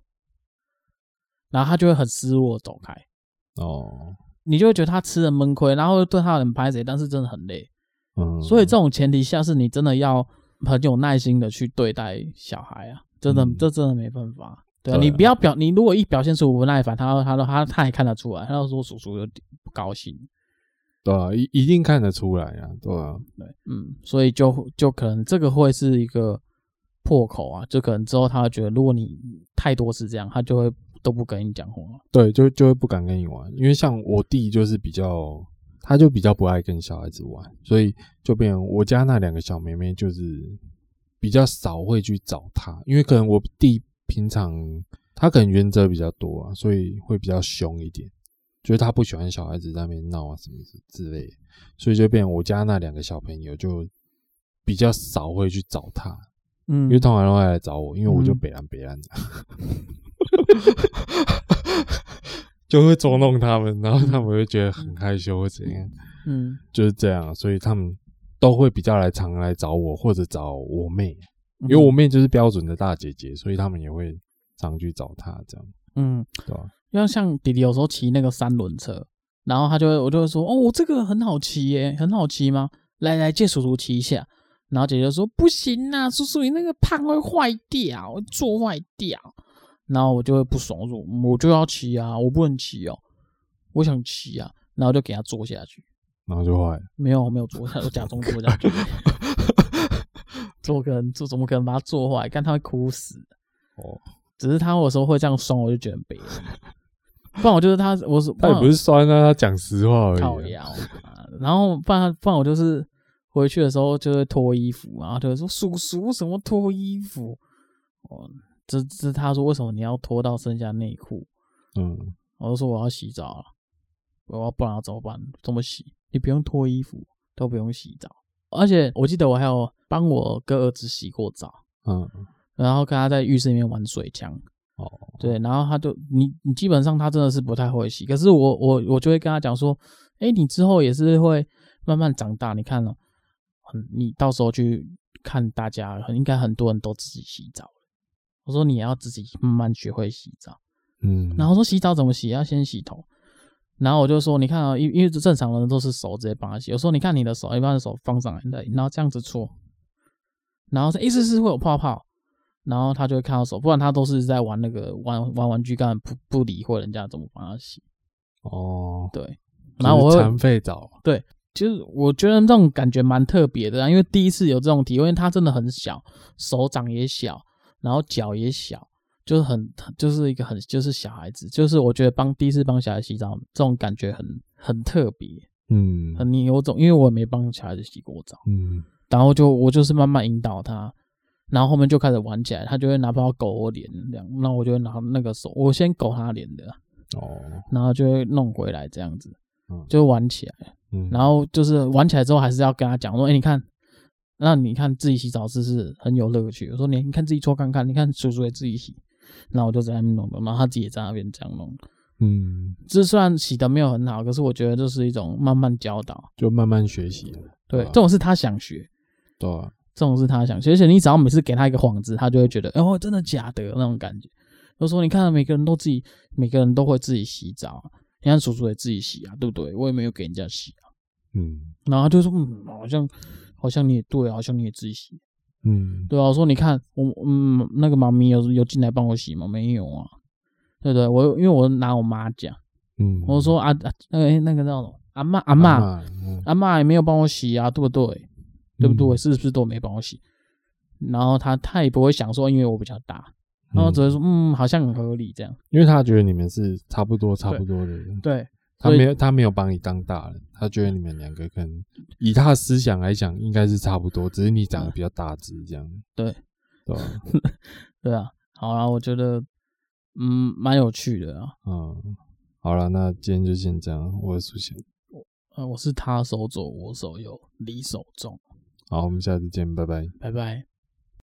Speaker 2: 然后他就会很失落地走开，
Speaker 1: 哦，
Speaker 2: 你就会觉得他吃了闷亏，然后对他很拍谁，但是真的很累。
Speaker 1: 嗯，
Speaker 2: 所以这种前提下，是你真的要很有耐心的去对待小孩啊，真的、
Speaker 1: 嗯
Speaker 2: 这真的没办法。对啊，
Speaker 1: 对啊
Speaker 2: 你不要表，你如果一表现出不耐烦，他他他他也看得出来，他就说叔叔有点不高兴。
Speaker 1: 对啊，一一定看得出来啊，对啊，
Speaker 2: 嗯，所以就就可能这个会是一个破口啊，就可能之后他会觉得，如果你太多次这样，他就会都不跟你讲话。
Speaker 1: 对，就就会不敢跟你玩，因为像我弟就是比较，他就比较不爱跟小孩子玩，所以就变成我家那两个小妹妹就是比较少会去找他，因为可能我弟平常他可能原则比较多啊，所以会比较凶一点，就是他不喜欢小孩子在那边闹啊什么之之类的，所以就变成我家那两个小朋友就比较少会去找他，
Speaker 2: 嗯
Speaker 1: 因为通常都会来找我，因为我就
Speaker 2: 嗯
Speaker 1: 北兰北兰的， 就会捉弄他们，然后他们会觉得很害羞或怎样，
Speaker 2: 嗯
Speaker 1: 就是这样，啊所以他们都会比较来常来找我或者找我妹，因
Speaker 2: 嗯
Speaker 1: 为我妹就是标准的大姐姐，所以他们也会常去找她这样，
Speaker 2: 嗯，
Speaker 1: 对吧？
Speaker 2: 因为像弟弟有时候骑那个三轮车，然后他就会我就会说哦，我这个很好骑耶，很好骑吗？来来借叔叔骑一下。然后姐姐就说不行啊，叔叔你那个胖会坏掉，会坐坏掉。然后我就会不爽，我说我就要骑啊，我不能骑哦，我想骑啊，然后就给他坐下去。
Speaker 1: 然后就坏了，
Speaker 2: 没有没有坐下，我假装坐下 去，坐个人坐怎么可能把他坐坏？看他会哭死。
Speaker 1: 哦，
Speaker 2: 只是他有时候会这样爽，我就觉得很悲哀。不然我就是他，我是
Speaker 1: 他也不是酸啊，他讲实话而
Speaker 2: 靠
Speaker 1: 已啊、
Speaker 2: 腰嘛。然后不然不然我就是回去的时候就会脱衣服，然后就会说叔叔什么脱衣服，哦，这这他说为什么你要脱到剩下内裤？
Speaker 1: 嗯，
Speaker 2: 我就说我要洗澡了，我要不然要怎么办？怎么洗？你不用脱衣服，都不用洗澡。而且我记得我还有帮我哥儿子洗过澡，
Speaker 1: 嗯，
Speaker 2: 然后跟他在浴室里面玩水枪。
Speaker 1: 哦，
Speaker 2: 对，然后他就你你基本上他真的是不太会洗，可是我我我就会跟他讲说，哎，你之后也是会慢慢长大，你看哦，很你到时候去看大家，很应该很多人都自己洗澡了。我说你也要自己慢慢学会洗澡，
Speaker 1: 嗯，
Speaker 2: 然后说洗澡怎么洗，要先洗头。然后我就说，你看啊、因因为正常人都是手直接帮他洗，我说你看你的手，一般的手放上来，对然后这样子搓，然后一次是会有泡泡，然后他就会看到手，不然他都是在玩那个玩玩玩具，根本不不理会人家怎么帮他洗。
Speaker 1: 哦，
Speaker 2: 对，然后
Speaker 1: 就
Speaker 2: 我
Speaker 1: 是
Speaker 2: 会
Speaker 1: 残废啊澡，
Speaker 2: 就是我觉得这种感觉蛮特别的、啊，因为第一次有这种体会，因为它真的很小，手掌也小，然后脚也小，就是很 就是一个很就是小孩子，就是我觉得帮第一次帮小孩洗澡这种感觉很很特别，
Speaker 1: 嗯
Speaker 2: 很有种，因为我也没帮小孩子洗过澡，
Speaker 1: 嗯，
Speaker 2: 然后就我就是慢慢引导他。然后后面就开始玩起来，他就会拿包狗我脸这样，那我就会拿那个手，我先狗他脸的，
Speaker 1: 哦，
Speaker 2: 然后就会弄回来这样子
Speaker 1: 嗯，
Speaker 2: 就玩起来。
Speaker 1: 嗯，
Speaker 2: 然后就是玩起来之后，还是要跟他讲说，哎、你看，那你看自己洗澡是不是很有乐趣？我说你你看自己搓看看，你看叔叔也自己洗，然后我就在那边弄弄，然后他自己也在那边这样弄。
Speaker 1: 嗯，
Speaker 2: 这虽然洗的没有很好，可是我觉得这是一种慢慢教导。
Speaker 1: 就慢慢学习了，
Speaker 2: 对，
Speaker 1: 啊
Speaker 2: 这种是他想学，
Speaker 1: 对啊、
Speaker 2: 这种是他想学，而且你只要每次给他一个幌子，他就会觉得，哦，真的假的那种感觉。就说你看，每个人都自己，每个人都会自己洗澡、啊，你看叔叔也自己洗啊，对不对？我也没有给人家洗。
Speaker 1: 嗯
Speaker 2: 然后他就说，嗯，好像好像你也对啊，好像你也自己洗，
Speaker 1: 嗯，
Speaker 2: 对啊。我说你看，我嗯，那个妈咪有有进来帮我洗吗？没有啊，对不对？我因为我拿我妈讲，
Speaker 1: 嗯，
Speaker 2: 我说啊啊，那个诶那个叫什么阿妈阿
Speaker 1: 阿
Speaker 2: 妈
Speaker 1: 嬷，嗯
Speaker 2: 阿妈也没有帮我洗啊，对不对？对不对？
Speaker 1: 嗯
Speaker 2: 是不是都没帮我洗？然后他他也不会想说，因为我比较大，然后只会说嗯，好像很合理这样。
Speaker 1: 因为他觉得你们是差不多差不多的人，
Speaker 2: 对，
Speaker 1: 他
Speaker 2: 所以
Speaker 1: 没有他没有把你当大人，他觉得你们两个可能以他的思想来讲应该是差不多，只是你长得比较大只这样，
Speaker 2: 对
Speaker 1: 对吧？
Speaker 2: 对啊。好啦，我觉得嗯，蛮有趣的啊。
Speaker 1: 嗯，好了，那今天就先这样，我是苏贤，
Speaker 2: 呃，我是他手左，我手右，你手中。
Speaker 1: 好，我们下次见，拜拜。
Speaker 2: 拜拜。